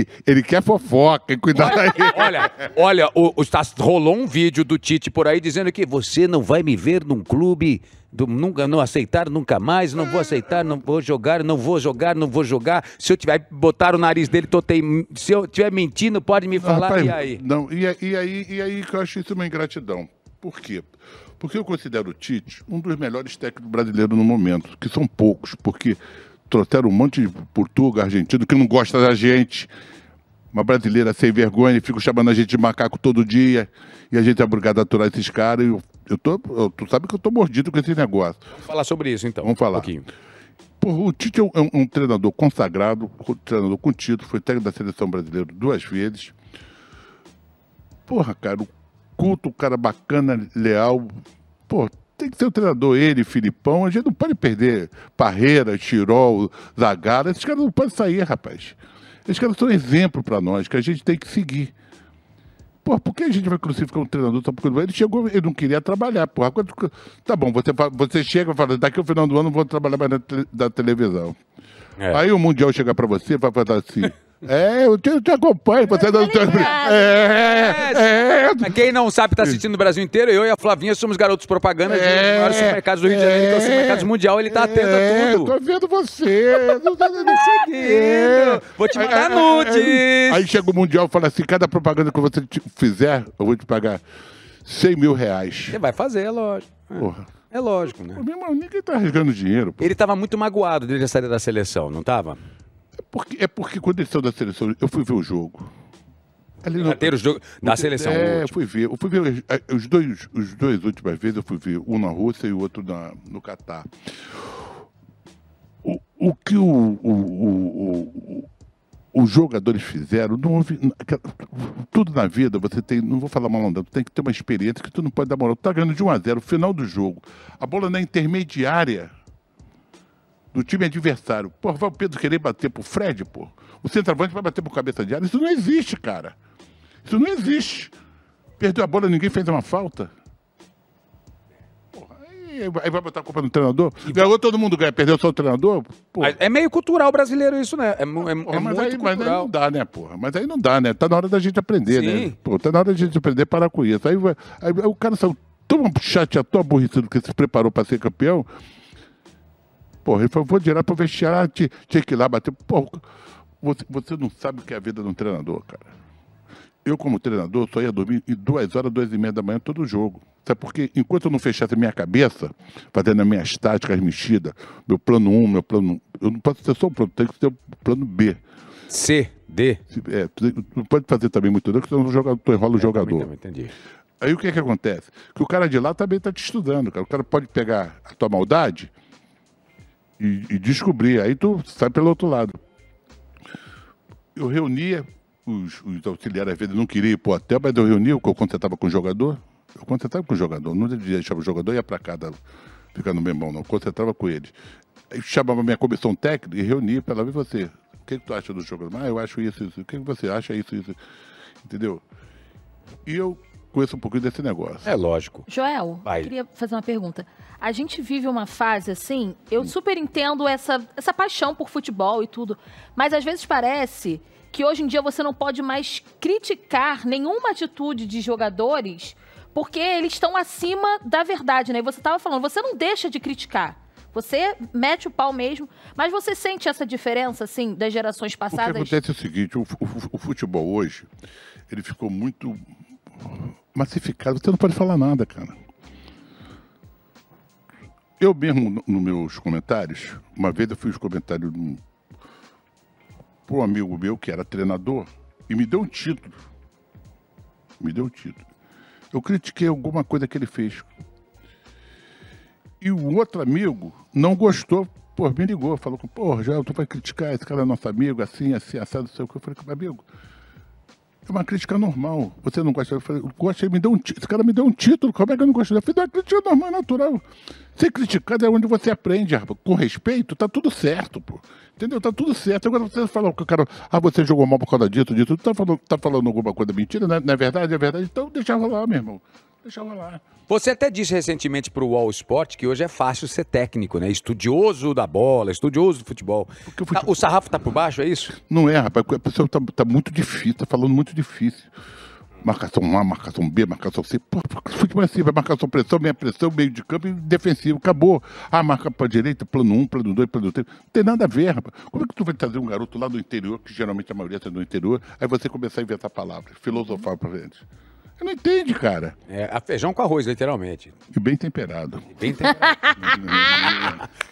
S3: Ih, ele quer fofoca, hein? Cuidado aí.
S1: Olha, olha, o, o- tá- rolou um vídeo do Tite por aí dizendo que você não vai me ver num clube, do- nunca, não aceitar nunca mais, não vou aceitar, não vou jogar, não vou jogar, não vou jogar. Se eu tiver botar o nariz dele, tô tem- se eu tiver mentindo, pode
S3: Ah,
S1: me falar
S3: Rapaz,
S1: e aí.
S3: Não, e, a- e aí, e aí que eu acho isso uma ingratidão. Por quê? Porque eu considero o Tite um dos melhores técnicos brasileiros no momento, que são poucos, porque trouxeram um monte de portuga, argentino, que não gosta da gente. Uma brasileira sem vergonha, fica chamando a gente de macaco todo dia, e a gente é obrigado a aturar esses caras. E eu, eu tô, eu- tu sabe que eu tô mordido com esse negócio.
S1: Vamos falar sobre isso então.
S3: Vamos falar.
S1: Um pouquinho.
S3: Porra, o Tite é um, é um- um treinador consagrado, co- treinador com título, foi técnico da seleção brasileira duas vezes. Porra, cara, o culto, o cara bacana, leal. Pô, tem que ser o treinador, ele, Filipão. A gente não pode perder Parreira, Tirol, Zagara. Esses caras não podem sair, rapaz. Esses caras são exemplo pra nós, que a gente tem que seguir. Porra, por que a gente vai crucificar um treinador só porque ele vai? ele chegou, ele não queria trabalhar, porra. Quando- tá bom, você, fa- você chega e fala, daqui ao final do ano eu vou trabalhar mais na, tele- da televisão.
S1: É.
S3: Aí o Mundial chega pra você e vai falar assim, é, eu te, eu te acompanho, você não... tá-"
S1: é,
S2: ligado.
S3: É, é,
S1: Mas Quem não sabe tá assistindo o Brasil inteiro, eu e a Flavinha somos garotos propaganda de um dos
S3: É.
S1: maiores supermercados do Rio de Janeiro, que é o
S3: É.
S1: supermercados mundial, ele tá atento
S3: é,
S1: a tudo. Tá
S3: tô vendo você. É, não tô vendo
S1: seguindo. Vou te mandar nudes.
S3: Aí, aí chega o Mundial e fala assim, cada propaganda que você te- fizer, eu vou te pagar 100 mil reais.
S1: Você vai fazer, é lógico. É.
S3: Porra.
S1: É lógico, né?
S3: Pô, Meu irmão, ninguém tá rasgando dinheiro, pô.
S1: Ele tava muito magoado desde a saída da seleção, não tava?
S3: É porque, é porque quando eles são da seleção, eu fui ver o jogo. Ali no-
S1: Ter o jogo da seleção.
S3: É,
S1: o
S3: eu
S1: último.
S3: fui ver. Eu fui ver os- eh, os dois, os dois últimas vezes eu fui ver, um na Rússia e o outro na, no Catar. O, o que o, o- o- o- o- os jogadores fizeram, não houve. aquela- Tudo na vida, você tem. Não vou falar mal não, tu tem que ter uma experiência que tu não pode dar moral. Tu tá ganhando de 1 a 0 final do jogo. A bola na intermediária do time adversário. Porra, vai o Pedro querer bater pro Fred, pô. O centroavante vai bater pro cabeça de área. Isso não existe, cara. Isso não existe. Perdeu a bola, ninguém fez uma falta. Porra, aí, aí vai botar a culpa no treinador? Ganhou todo mundo ganha, perdeu só o treinador? Porra,
S1: Mas É meio cultural brasileiro isso, né? É, mu- é, mu-
S3: porra,
S1: é
S3: mas,
S1: muito
S3: aí, mas aí
S1: cultural.
S3: não dá, né, porra? Mas aí não dá, né? Tá na hora da gente aprender,
S1: Sim.
S3: né? Pô, tá na hora da gente aprender a parar com isso. Aí, vai- aí o cara saiu tão chateado, tão aborrecido que se preparou pra ser campeão. Porra, ele falou, vou direto pro vestiário, ah, tinha, tinha que ir lá bater. Porra, você, você não sabe o que é a vida de um treinador, cara. Eu, como treinador, só ia dormir em duas horas, duas e meia da manhã, todo jogo. Sabe porque enquanto eu não fechasse a minha cabeça, fazendo as minhas táticas mexidas, meu plano 1, um, meu plano. Eu não posso ter só um plano, tem que ter um plano B.
S1: C, D.
S3: Se- É, tu, tu não pode fazer também muito não, porque senão o jogador- tu enrola o jogador.
S1: Então, entendi.
S3: Aí o que é que acontece? Que o cara de lá também está te estudando, cara. O cara pode pegar a tua maldade e, e descobrir. Aí tu sai pelo outro lado. Eu reunia, os, os auxiliares às vezes não queriam ir pro hotel, mas eu reunia, eu contratava com o jogador. Eu contratava com o jogador, não deixava o jogador ia para casa ficar no mesmo, não. Eu contratava com eles. Aí chamava minha comissão técnica e reunia para lá ver você. O que, que tu acha do jogador? Ah, eu acho isso, isso. O que, que você acha isso, isso? Entendeu? E eu conheço um pouquinho desse negócio.
S1: É lógico.
S2: Joel,
S1: Vai.
S2: eu queria fazer uma pergunta. A gente vive uma fase assim, eu super entendo essa, essa paixão por futebol e tudo, mas às vezes parece que hoje em dia você não pode mais criticar nenhuma atitude de jogadores porque eles estão acima da verdade, né? E você estava falando, você não deixa de criticar. Você mete o pau mesmo, mas você sente essa diferença, assim, das gerações
S3: O que
S2: passadas?
S3: acontece é o seguinte, o, fu- o fu- o futebol hoje, ele ficou muito massificado. Você não pode falar nada, cara. Eu mesmo, no- nos meus comentários, uma vez eu fiz comentário num- para um amigo meu que era treinador e me deu um título. Me deu um título. Eu critiquei alguma coisa que ele fez. E o outro amigo não gostou, pô, me ligou, falou, pô, Joel, tu vai criticar, esse cara é nosso amigo, assim, assim, assado, não sei o que. Eu falei, amigo, é uma crítica normal. Você não gosta? Eu falei, eu gosto, ele me deu um ti- esse cara me deu um título, como é que eu não gosto? Eu falei, é uma crítica normal, natural. Ser criticado é onde você aprende, rapaz. Com respeito, tá tudo certo, pô. Entendeu? Tá tudo certo. Agora você fala que o cara, ah, você jogou mal por causa disso, disso, tu tá falando, tá falando alguma coisa mentira, né? não é verdade? É verdade? Então deixa rolar, meu irmão. Deixa rolar.
S1: Você até disse recentemente para o All Sport que hoje é fácil ser técnico, né? Estudioso da bola, estudioso do futebol.
S3: Porque o futebol-
S1: Tá- o sarrafo tá por baixo, é isso?
S3: Não é, rapaz, porque a pessoa tá, tá muito difícil, tá falando muito difícil. Marcação A, marcação B, marcação C. Pô, futebol é assim, vai marcação pressão, meia pressão, meio de campo e defensivo. Acabou. Ah, marca pra direita, plano 1, plano 2, plano 3. Não tem nada a ver, rapaz. Como é que tu vai trazer um garoto lá do interior, que geralmente a maioria tá no interior, aí você começar a inventar palavras, filosofar pra gente? Ele não entende, cara.
S1: É, a feijão com arroz, literalmente.
S3: E bem temperado.
S1: Bem temperado.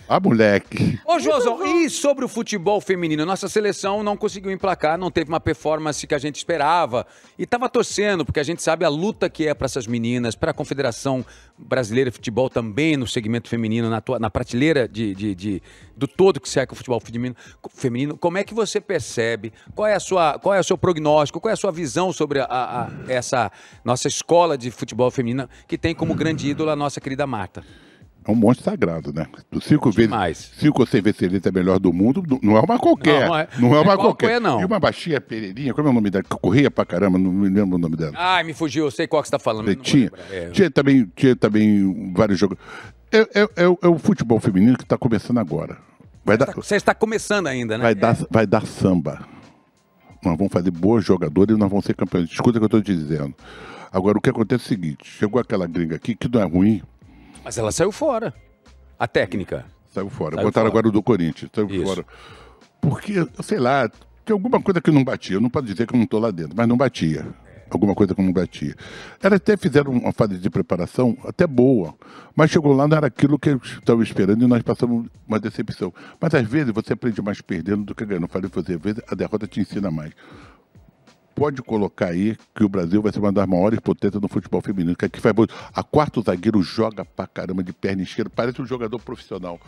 S3: Ah, moleque.
S1: Ô, João, e sobre o futebol feminino? Nossa seleção não conseguiu emplacar, não teve uma performance que a gente esperava. E tava torcendo, porque a gente sabe a luta que é para essas meninas, para a Confederação Brasileira de Futebol também no segmento feminino, na, tua- na prateleira de, de- de- do todo que cerca o futebol feminino, feminino. Como é que você percebe? Qual é, a sua, qual é o seu prognóstico? Qual é a sua visão sobre a- a- essa nossa escola de futebol feminino que tem como grande ídolo a nossa querida Marta?
S3: É um monte sagrado, né? Tu cinco
S1: Demais.
S3: vezes. Cinco ou seis vezes eleita a melhor do mundo, não- não é uma qualquer.
S1: Não,
S3: Não
S1: é-
S3: é,
S1: não é
S3: uma
S1: qualquer,
S3: qualquer.
S1: não.
S3: E uma baixinha pereirinha, como é o nome dela? Que corria pra caramba, não me lembro o nome dela.
S1: Ai, me fugiu, eu sei qual que você tá falando. mas Ah, não vou
S3: tinha,
S1: lembrar. É,
S3: tinha, também, tinha também vários jogos. É, é- é o- é o futebol feminino que tá começando agora. Vai dar,
S1: Tá- Você está começando ainda, né?
S3: vai dar, vai dar samba. Nós vamos fazer boas jogadoras e nós vamos ser campeões. Escuta o que eu estou te dizendo. Agora, o que acontece é o seguinte: chegou aquela gringa aqui que não é ruim,
S1: Mas ela saiu fora. A técnica.
S3: Saiu fora.
S1: Saiu fora.
S3: Botaram agora o do Corinthians. Saiu
S1: Isso.
S3: fora. Porque, sei lá, tinha alguma coisa que não batia. Eu não posso dizer que eu não estou lá dentro, mas não batia. Alguma coisa que não batia. Elas até fizeram uma fase de preparação até boa, mas chegou lá, não era aquilo que eu estava esperando e nós passamos uma decepção. Mas às vezes você aprende mais perdendo do que ganhando. Eu Falei pra você, às vezes a derrota te ensina mais. Pode colocar aí que o Brasil vai ser uma das maiores potências no futebol feminino. Que aqui faz muito. A quarto zagueiro joga pra caramba de perna esquerda, parece um jogador profissional.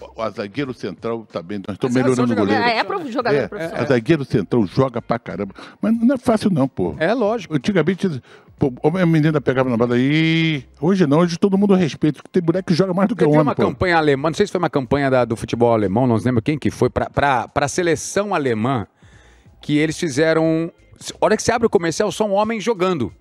S3: O- A zagueiro central também, nós estamos
S1: Mas elas são
S3: melhorando o goleiro.
S1: jogadoras-
S2: É, é pro jogador
S3: É, a
S2: profissional.
S3: zagueiro central joga pra caramba. Mas não é fácil, não, pô.
S1: É lógico.
S3: Antigamente, pô, a menina pegava na bola e. Hoje não, hoje todo mundo respeita. porque Tem boneco que joga mais do
S1: Porque
S3: que o
S1: teve
S3: homem,
S1: uma
S3: pô.
S1: campanha alemã, não sei se foi uma campanha da- do futebol alemão, não lembro quem que foi, para a seleção alemã, que eles fizeram. se- Hora que você abre o comercial, são homens jogando.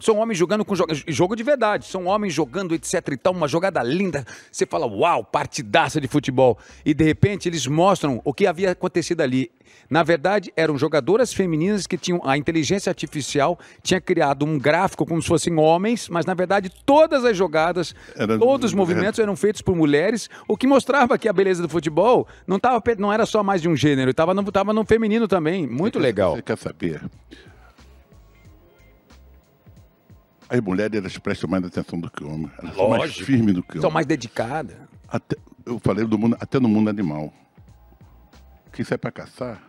S1: São homens jogando com jo- jogo de verdade. São homens jogando, etc e tal. Uma jogada linda. Você fala, uau, partidaça de futebol. E de repente eles mostram o que havia acontecido ali. Na verdade, eram jogadoras femininas que tinham. A inteligência artificial tinha criado um gráfico como se fossem homens, mas na verdade todas as jogadas,
S3: Era-
S1: todos os movimentos eram feitos por mulheres, o que mostrava que a beleza do futebol não, tava, pe- não era só mais de um gênero, estava no, tava no feminino também. Muito legal.
S3: Você quer saber? As mulheres elas prestam mais atenção do que o homem. Elas são mais
S1: Lógico.
S3: firmes do que o
S1: São
S3: homem.
S1: mais dedicadas.
S3: Até- eu falei do mundo, até no mundo animal. Quem sai pra caçar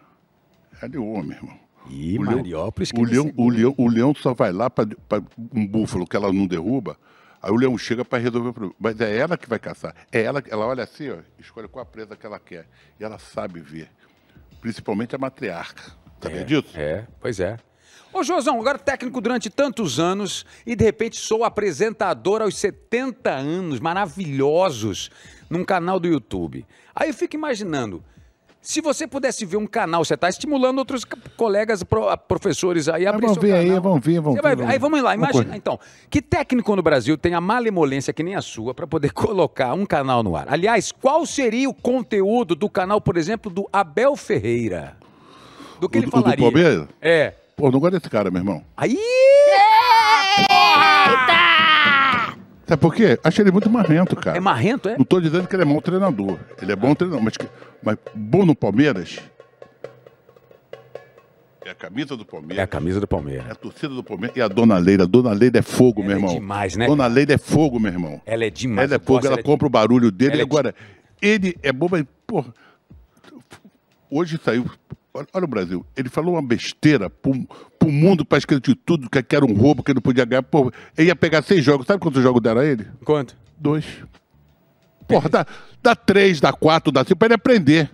S3: é de homem, irmão.
S1: E
S3: O leão-
S1: Mariópolis que
S3: o
S1: ele
S3: leão,
S1: segura.
S3: o, leão, o leão só vai lá para um búfalo que ela não derruba, aí o leão chega para resolver o problema. Mas é ela que vai caçar. É ela, que- ela olha assim, ó, escolhe qual a presa que ela quer. E ela sabe ver. Principalmente a matriarca. Sabia disso?
S1: É, pois é. Ô, Josão, agora técnico durante tantos anos e de repente sou apresentador aos 70 anos, maravilhosos, num canal do YouTube. Aí eu fico imaginando, se você pudesse ver um canal, você está estimulando outros ca- colegas, pro- ah, professores aí a abrir
S3: vamos
S1: seu
S3: ver aí,
S1: canal.
S3: vamos ver, vamos
S1: Você vai
S3: ver,
S1: ver.
S3: vamos
S1: Aí
S3: ver.
S1: vamos lá,
S3: Uma
S1: imagina
S3: coisa.
S1: então. Que técnico no Brasil tem a malemolência que nem a sua para poder colocar um canal no ar? Aliás, qual seria o conteúdo do canal, por exemplo, do Abel Ferreira? Do que
S3: O
S1: ele
S3: do- o do
S1: falaria?
S3: Palmeiras?
S1: É.
S3: Pô, não gosto desse cara, meu irmão.
S1: Aí!
S3: Sabe por quê? Acho ele muito marrento, cara.
S1: É marrento, é?
S3: Não tô dizendo que ele é mau treinador. Ele é bom treinador, mas, que- mas bom no Palmeiras. É a camisa do Palmeiras.
S1: camisa do
S3: É
S1: Palmeiras.
S3: a torcida do Palmeiras e a Dona Leila. Dona Leila é fogo,
S1: Ela
S3: meu
S1: é
S3: irmão.
S1: demais, né,
S3: Dona Leila é fogo, meu irmão.
S1: Ela é demais.
S3: ela
S1: eu
S3: é fogo,
S1: gosto,
S3: ela
S1: é-
S3: compra o barulho dele.
S1: ela é de-
S3: Agora, ele é bobo, mas, porra. Hoje saiu. Olha, olha o Brasil. Ele falou uma besteira pro, pro mundo, pra esquerda de tudo, que era um roubo, que ele não podia ganhar. Porra, ele ia pegar seis jogos. Sabe quantos jogos deram a ele?
S1: Quanto?
S3: Dois. Porra, dá, dá três, dá quatro, dá cinco, pra ele aprender.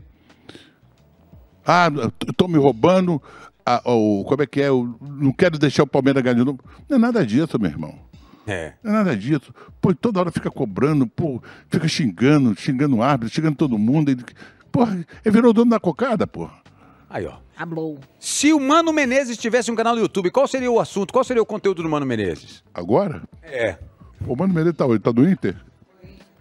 S3: Ah, t- tô me roubando, ah, o, como é que é? Eu não quero deixar o Palmeiras ganhar de novo. Não é nada disso, meu irmão.
S1: É.
S3: Não é nada disso. Pô, toda hora fica cobrando, pô, fica xingando, xingando o árbitro, xingando todo mundo. Ele, porra, ele virou dono da cocada, porra.
S1: Aí, ó.
S2: Ablou.
S1: Se o Mano Menezes tivesse um canal no YouTube, qual seria o assunto? Qual seria o conteúdo do Mano Menezes?
S3: Agora?
S1: É.
S3: O Mano Menezes tá onde? Tá do Inter?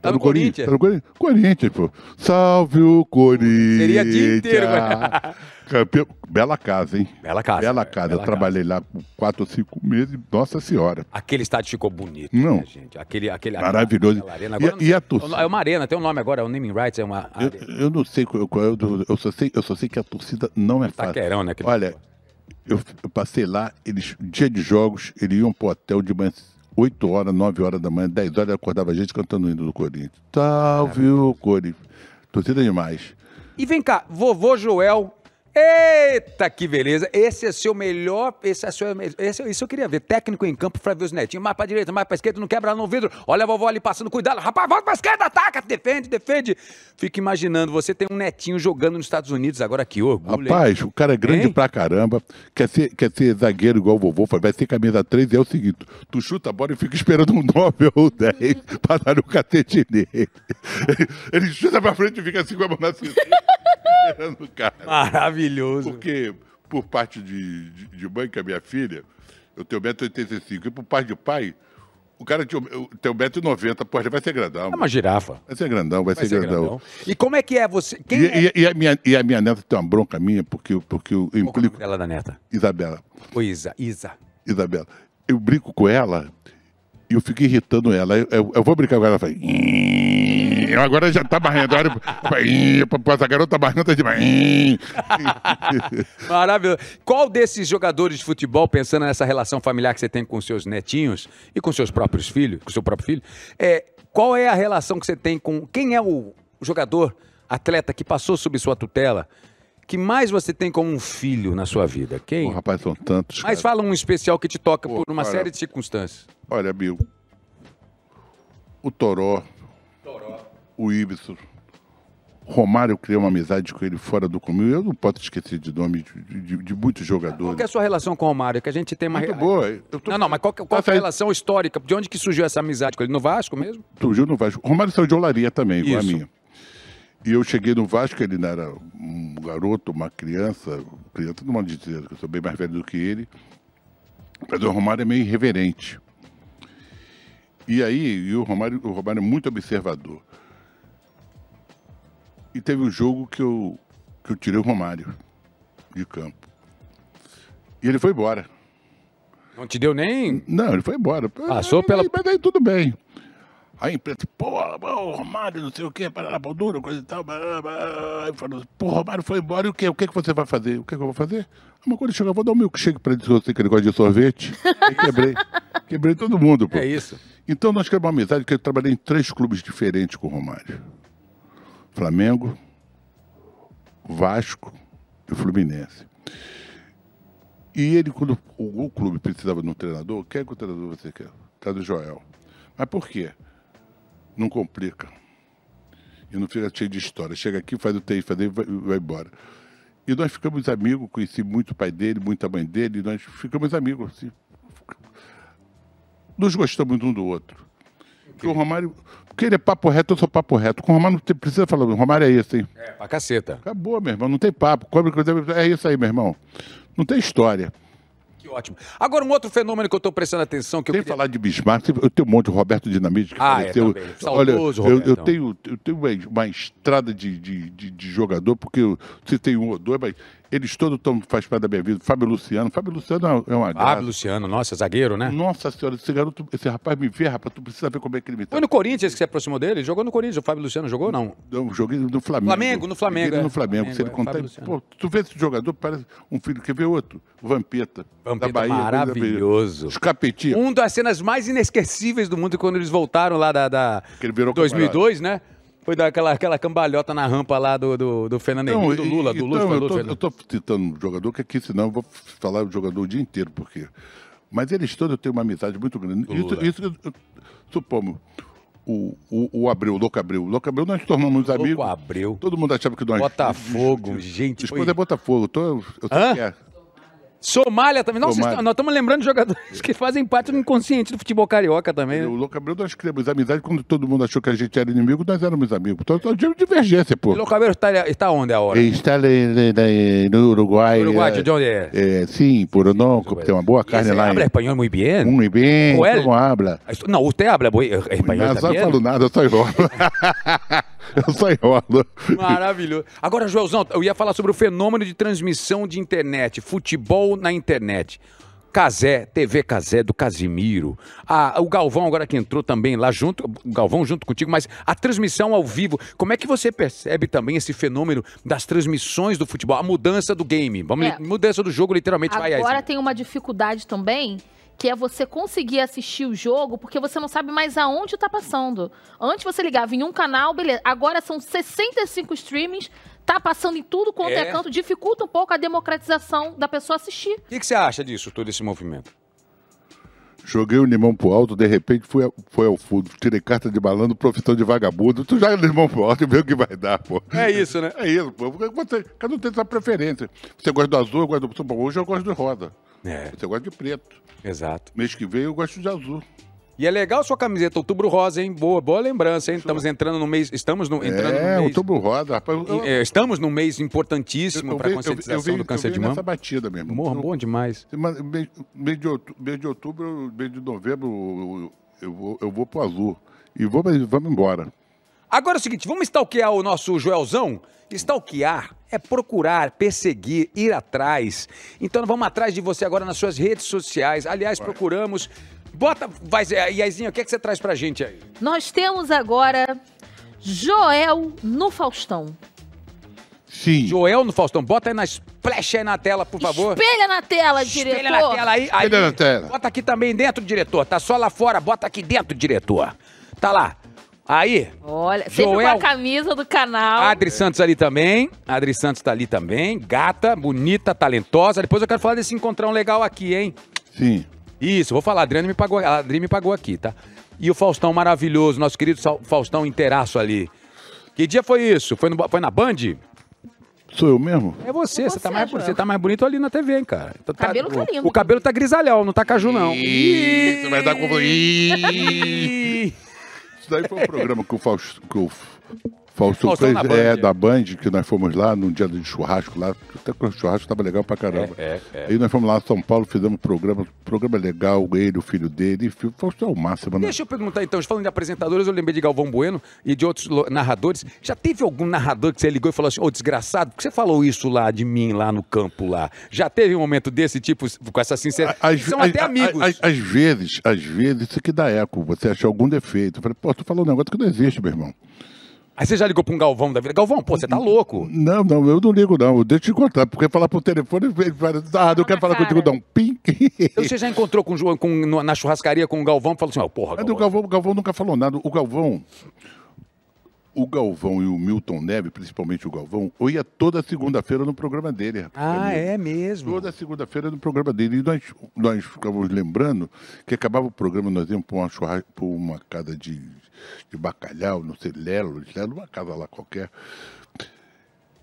S1: Tá no Corinthians?
S3: Tá no Corinthians? Corinthians, pô. Salve o Corinthians.
S1: Seria dia inteiro, mano.
S3: Campeão. Bela casa, hein?
S1: Bela casa.
S3: Bela casa.
S1: Bela
S3: Eu trabalhei lá por quatro ou cinco meses. Nossa Senhora.
S1: Aquele estádio ficou bonito,
S3: Não.
S1: né, gente? Aquele, aquele,
S3: Maravilhoso.
S1: aquela arena.
S3: E
S1: Agora
S3: a-
S1: não sei-
S3: e a torcida?
S1: É uma arena, tem um nome agora, é o naming rights, é uma
S3: Eu,
S1: arena.
S3: eu não sei qual, qual é o do- eu só sei Eu só sei que a torcida não é fácil.
S1: Itaquerão, Hum. né, aquele
S3: Olha,
S1: negócio.
S3: eu, eu passei lá, eles, dia de jogos, eles iam pro hotel de manhã. 8 horas, 9 horas da manhã, 10 horas, acordava a gente cantando o hino do Corinthians. Salve o Corinthians. Torcida demais.
S1: E vem cá, vovô Joel. Eita, que beleza. Esse é seu melhor. Esse é seu, esse, isso eu queria ver. Técnico em campo pra ver os netinhos. Mais pra direita, mais pra esquerda, não quebra no vidro. Olha a vovó ali passando, cuidado. Rapaz, volta pra esquerda, ataca, defende, defende. Fico imaginando, você tem um netinho jogando nos Estados Unidos agora, que orgulho. hein?
S3: Rapaz, o cara é grande
S1: Hein?
S3: pra caramba, quer ser, quer ser zagueiro igual o vovô, faz- vai ser camisa 3 e é o seguinte, tu chuta a bola e fica esperando um 9 ou um 10
S1: Uhum.
S3: pra dar o catete nele. Ele, ele chuta pra frente e fica assim com a mão na cintura, esperando o
S1: Ah.
S3: cara.
S1: Maravilhoso.
S3: Porque por parte de, de, de mãe, que é minha filha, eu tenho 1,85m, e por parte de pai, o cara tinha, um, eu tenho 1,90m, pô, ele vai ser grandão.
S1: É uma girafa.
S3: Vai ser grandão, vai,
S1: Vai
S3: ser,
S1: ser
S3: grandão.
S1: grandão. E como é que é você? Quem
S3: E,
S1: é?
S3: e- e a minha, e a minha neta tem uma bronca minha, porque, porque eu
S1: Qual que é o nome
S3: implico...
S1: dela da neta?
S3: Isabela.
S1: Ô, Isa, Isa.
S3: Isabela, eu brinco com ela e eu fico irritando ela. Eu, eu- eu vou brincar com ela, ela faz. "Ih", Agora já tá barrendo. Olha, faz, "Ih", pô, essa garota barrenta demais. "Ih".
S1: Maravilhoso. Qual desses jogadores de futebol, pensando nessa relação familiar que você tem com seus netinhos e com seus próprios filhos, com seu próprio filho, é, qual é a relação que você tem com. Quem é o jogador, atleta que passou sob sua tutela, que mais você tem como um filho na sua vida?
S3: Pô,
S1: Quem?
S3: rapaz, são tantos.
S1: Mas
S3: cara.
S1: fala um especial que te toca
S3: Pô,
S1: por uma
S3: cara.
S1: série de circunstâncias.
S3: Olha, Bill. O Toró. O Ibson. Romário, eu criei uma amizade com ele fora do comum. Eu não posso esquecer de nome de, de- de muitos
S1: Qual que é a
S3: jogadores.
S1: sua relação com o Romário? Que a gente tem uma.
S3: Muito
S1: re-
S3: boa. Eu tô-
S1: Não, não, mas qual, que- qual
S3: Tá
S1: que é a
S3: saindo-
S1: relação histórica? De onde que surgiu essa amizade com ele? No Vasco mesmo?
S3: surgiu no Vasco. O Romário saiu de olaria também, igual
S1: Isso.
S3: a minha. E eu cheguei no Vasco, ele ainda era um garoto, uma criança, criança do modo de dizer, que eu sou bem mais velho do que ele. Mas o Romário é meio irreverente. E aí, e o, Romário, o Romário é muito observador. E teve um jogo que eu, que eu tirei o Romário de campo. E ele foi embora.
S1: Não te deu nem.
S3: Não, ele foi embora.
S1: Passou
S3: Aí,
S1: pela-
S3: Mas aí tudo bem. Aí a imprensa, pô, o Romário, não sei o quê, parará, pau duro, coisa e tal. blá, blá, blá. Aí falou, pô, o Romário foi embora, e o quê? O que, que você vai fazer? O que, que eu vou fazer? Ah, mas quando ele chegar, eu vou dar um milkshake pra ele, se você que ele gosta de sorvete. Aí quebrei. quebrei todo mundo, pô.
S1: É isso.
S3: Então nós criamos uma amizade, porque eu trabalhei em três clubes diferentes com o Romário. Flamengo, Vasco e Fluminense. E ele, quando o, o clube precisava de um treinador, quer que o treinador você quer? Tá do Joel. Mas por quê? Não complica. E não fica cheio de história. Chega aqui, faz o TI, faz e vai, vai embora. E nós ficamos amigos, conheci muito o pai dele, muito a mãe dele, e nós ficamos amigos. Assim. Nós gostamos um do outro. Porque o Romário. Porque ele é papo reto, eu sou papo reto. Com o Romário não tem- precisa falar, o Romário é esse, hein?
S1: É, pra caceta.
S3: Acabou, meu irmão. Não tem papo. Cobre coisa- É isso aí, meu irmão. Não tem história.
S1: Que ótimo. Agora, um outro fenômeno que eu tô prestando atenção, que eu
S3: Sem
S1: queria...
S3: falar de Bismarck, eu tenho um monte, o Roberto Dinamite, que
S1: Ah, é,
S3: faleceu.
S1: também.
S3: Olha,
S1: Saudoso
S3: eu, eu
S1: Robertão.
S3: tenho, eu tenho uma, uma estrada de, de, de, de jogador, porque eu, se tem um ou dois, mas eles todos tão, faz parte da minha vida. Fábio Luciano. Fábio Luciano é uma- é uma
S1: Ah,
S3: graça.
S1: Luciano, nossa, zagueiro, né?
S3: Nossa senhora, esse garoto, esse rapaz me vê, rapaz, tu precisa ver como é que ele me
S1: Foi
S3: tá.
S1: no Corinthians que se aproximou dele? Ele Jogou no Corinthians, o Fábio Luciano jogou ou não?
S3: Eu joguei no é Flamengo.
S1: Flamengo, no Flamengo,
S3: Joguei
S1: é.
S3: no Flamengo.
S1: Flamengo,
S3: Se ele
S1: é,
S3: contar,
S1: Fábio Luciano.
S3: pô, tu vê esse jogador, parece um filho. Quer ver outro? O Vampeta.
S1: Vampeta,
S3: da Bahia, coisa da Bahia.
S1: maravilhoso.
S3: Os capetinhos.
S1: Um das cenas mais inesquecíveis do mundo quando eles voltaram lá da, da
S3: ele virou
S1: 2002, né? Foi daquela aquela cambalhota na rampa lá do, do, do Fernando
S3: Então,
S1: Henrique, do
S3: e-
S1: Lula, do Lula,
S3: então,
S1: do
S3: eu, tô,
S1: Lula.
S3: eu tô citando um jogador, que aqui senão eu vou falar o jogador o dia inteiro, porque. Mas eles todos têm uma amizade muito grande. Isso,
S1: Lula.
S3: isso eu, eu, supomos. O, o, o Abreu, o Louco Abreu. O Louco Abreu, nós tornamos amigos.
S1: Abreu.
S3: Todo mundo achava que nós.
S1: Botafogo, gente,
S3: Esposa
S1: foi-
S3: é Botafogo. Tô, eu sei
S1: Hã?
S3: que é.
S1: Somália também. Nossa,
S3: Somália.
S1: nós estamos lembrando de jogadores que fazem parte do inconsciente do futebol carioca também.
S3: é O
S1: né?
S3: Louco Abreu, nós criamos amizade quando todo mundo achou que a gente era inimigo, nós éramos amigos. Então, nós tivemos divergência,
S1: E
S3: pô.
S1: é O Locabeiro está, está tá onde a hora?
S3: Está ali, ali, ali, no Uruguai.
S1: Uruguai,
S3: é,
S1: de onde é?
S3: é, sim, por não, tem uma boa carne lá.
S1: Habla
S3: Em,
S1: espanhol é muito bem.
S3: um e bem,
S1: Ou ele?
S3: como habla.
S1: Esto- Não, usted habla boi- eh, espanhol
S3: Eu só
S1: também.
S3: falo nada, eu só enrolo. eu só enrolo.
S1: Maravilhoso. Agora, Joelzão, eu ia falar sobre o fenômeno de transmissão de internet, futebol na internet. Casé, TV Casé do Casimiro. Ah, o Galvão agora que entrou também lá junto, o Galvão junto contigo, mas a transmissão ao vivo, como é que você percebe também esse fenômeno das transmissões do futebol, a mudança do game, vamos,
S2: É.
S1: mudança do jogo literalmente vai a
S2: Agora
S1: isso.
S2: tem uma dificuldade também, que é você conseguir assistir o jogo, porque você não sabe mais aonde tá passando. Antes você ligava em um canal, beleza. Agora são 65 streamings, tá passando em tudo quanto é,
S1: É.
S2: canto, dificulta um pouco a democratização da pessoa assistir.
S1: O que, que você acha disso, todo esse movimento?
S3: Joguei o limão pro alto, de repente fui, a- foi ao fundo. Tirei carta de malandro, profissão de vagabundo. Tu joga o limão pro alto e vê o que vai dar, pô.
S1: É isso, né?
S3: É isso, pô. Porque Você, cada um tem sua preferência. Você gosta do azul, eu gosto do São Paulo. Hoje eu gosto do rosa.
S1: É,
S3: Você gosta de preto.
S1: exato.
S3: Mês que vem eu gosto de azul.
S1: E é legal sua camiseta Outubro Rosa, hein? Boa, boa lembrança, hein? Estamos entrando no mês, estamos no, entrando
S3: É,
S1: no mês.
S3: outubro rosa, rapaz. Eu- eu-
S1: É, Estamos num mês importantíssimo para a
S3: venho- eu
S1: conscientização
S3: venho-
S1: do câncer
S3: eu
S1: de
S3: venho
S1: mama.
S3: nessa batida mesmo. Então,
S1: Morra,
S3: Eu-
S1: bom demais.
S3: Semana- Mês, mês de outubro, mês de outubro, mês de novembro, eu vou, eu vou pro azul. E vou, mas vamos embora.
S1: Agora é o seguinte, vamos stalkear o nosso Joelzão? Stalkear é procurar, perseguir, ir atrás. Então vamos atrás de você agora nas suas redes sociais. Aliás, procuramos. Bota, vai, Zé, Iazinha, o que, é que você traz pra gente aí?
S2: Nós temos agora Joel no Faustão.
S3: Sim.
S1: Joel no Faustão, bota aí na splash aí na tela, por favor.
S2: Espelha na tela, diretor.
S1: Espelha na tela aí. aí
S3: Espelha na tela.
S1: Bota aqui também dentro, diretor. Tá só lá fora, bota aqui dentro, diretor. Tá lá. Aí,
S2: Olha, sempre
S1: Joel. Ah.
S2: com a camisa do canal.
S1: Adri Santos ali também. Adri Santos tá ali também. Gata, bonita, talentosa. Depois eu quero falar desse encontrão legal aqui, hein?
S3: Sim.
S1: Isso, vou falar. A Adriana me pagou, a Adri me pagou aqui, tá? E o Faustão maravilhoso, nosso querido Sal- Faustão inteiraço ali. Que dia foi isso? Foi, no- foi na Band?
S3: Sou eu mesmo?
S1: É você,
S2: É
S1: você,
S2: você,
S1: tá mais,
S2: Joel.
S1: você tá mais bonito ali na TV, hein, cara. Então tá-
S2: Cabelo tá lindo,
S1: O, o cabelo tá grisalhão, não tá caju, não.
S3: Isso, vai dar confusão. Isso
S1: Ih!
S3: daí foi um programa que o Fausto, que o Fausto
S1: Faustão
S3: fez,
S1: na Band.
S3: é, da Band, que nós fomos lá num dia de churrasco lá, até que o churrasco tava legal pra caramba.
S1: É, é, é.
S3: Aí nós fomos lá em São Paulo, fizemos um programa, programa legal, ele, o filho dele, enfim, o Fausto é o máximo, né?
S1: Deixa eu perguntar então, falando de apresentadores, eu lembrei de Galvão Bueno e de outros lo- narradores. Já teve algum narrador que você ligou e falou assim, ô desgraçado, por que você falou isso lá de mim, lá no campo lá? Já teve um momento desse tipo, com essa sinceridade?
S3: Às-
S1: São
S3: às-
S1: até
S3: às-
S1: amigos.
S3: às- Às vezes, às vezes, isso que dá eco, você acha algum defeito. Eu falei, pô, tu falou um negócio que não existe, meu irmão.
S1: Aí você já ligou pra um Galvão da vida? Galvão, pô, você tá louco.
S3: Não, não, eu não ligo, não. Deixa eu te contar, porque falar por telefone, ele fala, ah, não
S2: na
S3: quero falar
S2: cara.
S3: contigo, não. Pim.
S1: Você já encontrou com, o João- com no- na churrascaria com o Galvão e falou assim, ó, porra,
S3: Mas
S1: Galvão.
S3: o É Galvão, o Galvão nunca falou nada. O Galvão. O Galvão e o Milton Neve, principalmente o Galvão, eu ia toda segunda-feira no programa dele. rapaz.
S1: Ah, é mesmo.
S3: Toda segunda-feira no programa dele. E nós, nós ficávamos lembrando que acabava o programa, nós íamos para uma, churrasca- pra uma casa de, de bacalhau, não sei, Lelo, Lelo, uma casa lá qualquer.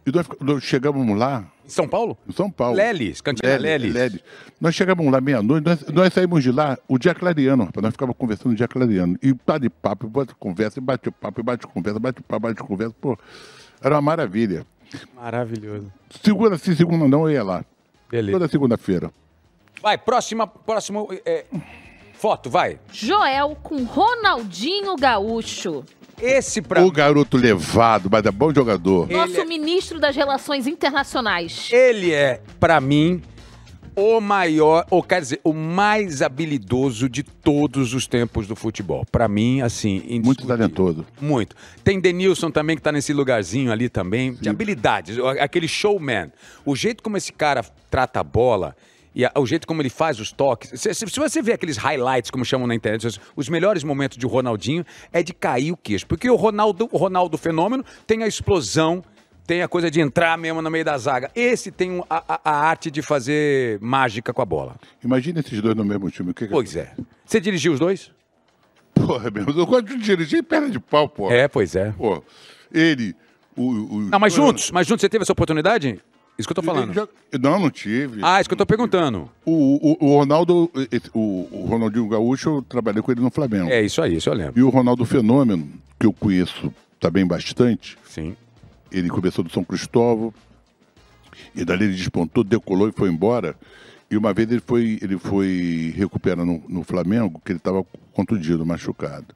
S3: E nós, fica- nós chegamos lá,
S1: Em São Paulo?
S3: em São Paulo.
S1: Lelis, cantina Lelis.
S3: Lelis. Nós chegamos lá meia-noite, nós, nós saímos de lá o dia clareando, rapaz. Nós ficávamos conversando o dia clareando. E pá de papo, e bate conversa, e bate papo, e bate conversa, bate papo, bate conversa. Pô, era uma maravilha.
S1: Maravilhoso.
S3: Segunda sim, segunda não, eu ia lá.
S1: Beleza.
S3: Toda segunda-feira.
S1: Vai, próxima, próximo, é, foto, vai.
S2: Joel com Ronaldinho Gaúcho.
S1: Esse pra...
S3: O garoto levado, mas é bom jogador.
S1: Ele
S2: Nosso
S1: é-
S2: ministro das Relações Internacionais.
S1: Ele é, pra mim, o maior, ou quer dizer, o mais habilidoso de todos os tempos do futebol. Pra mim, assim,
S3: Muito
S1: indiscutível.
S3: talentoso.
S1: Muito. Tem Denilson também, que tá nesse lugarzinho ali também, de habilidades, o- aquele showman. O jeito como esse cara trata a bola. E a- o jeito como ele faz os toques. Se, se- se você vê aqueles highlights, como chamam na internet, os, os melhores momentos de Ronaldinho é de cair o queixo. Porque o Ronaldo, o Ronaldo Fenômeno tem a explosão, tem a coisa de entrar mesmo no meio da zaga. Esse tem um- a, a- a arte de fazer mágica com a bola.
S3: Imagina esses dois no mesmo time. O que que-
S1: Pois é. Você dirigiu os dois?
S3: Porra, meu Deus, eu gosto de dirigir perna de pau, porra.
S1: É, pois é.
S3: Pô, ele, o, o-
S1: Não, mas juntos, mas juntos você teve essa oportunidade? Isso que eu tô falando.
S3: Ele já- Não, não tive.
S1: Ah, isso que eu tô perguntando.
S3: O, o, o Ronaldo, esse- o, o Ronaldinho Gaúcho, eu trabalhei com ele no Flamengo.
S1: É isso aí, isso eu lembro.
S3: E o Ronaldo Fenômeno, que eu conheço também bastante,
S1: Sim.
S3: ele começou do São Cristóvão, e dali ele despontou, decolou e foi embora. E uma vez ele foi, ele foi recuperando no, no Flamengo, que ele estava contundido, machucado.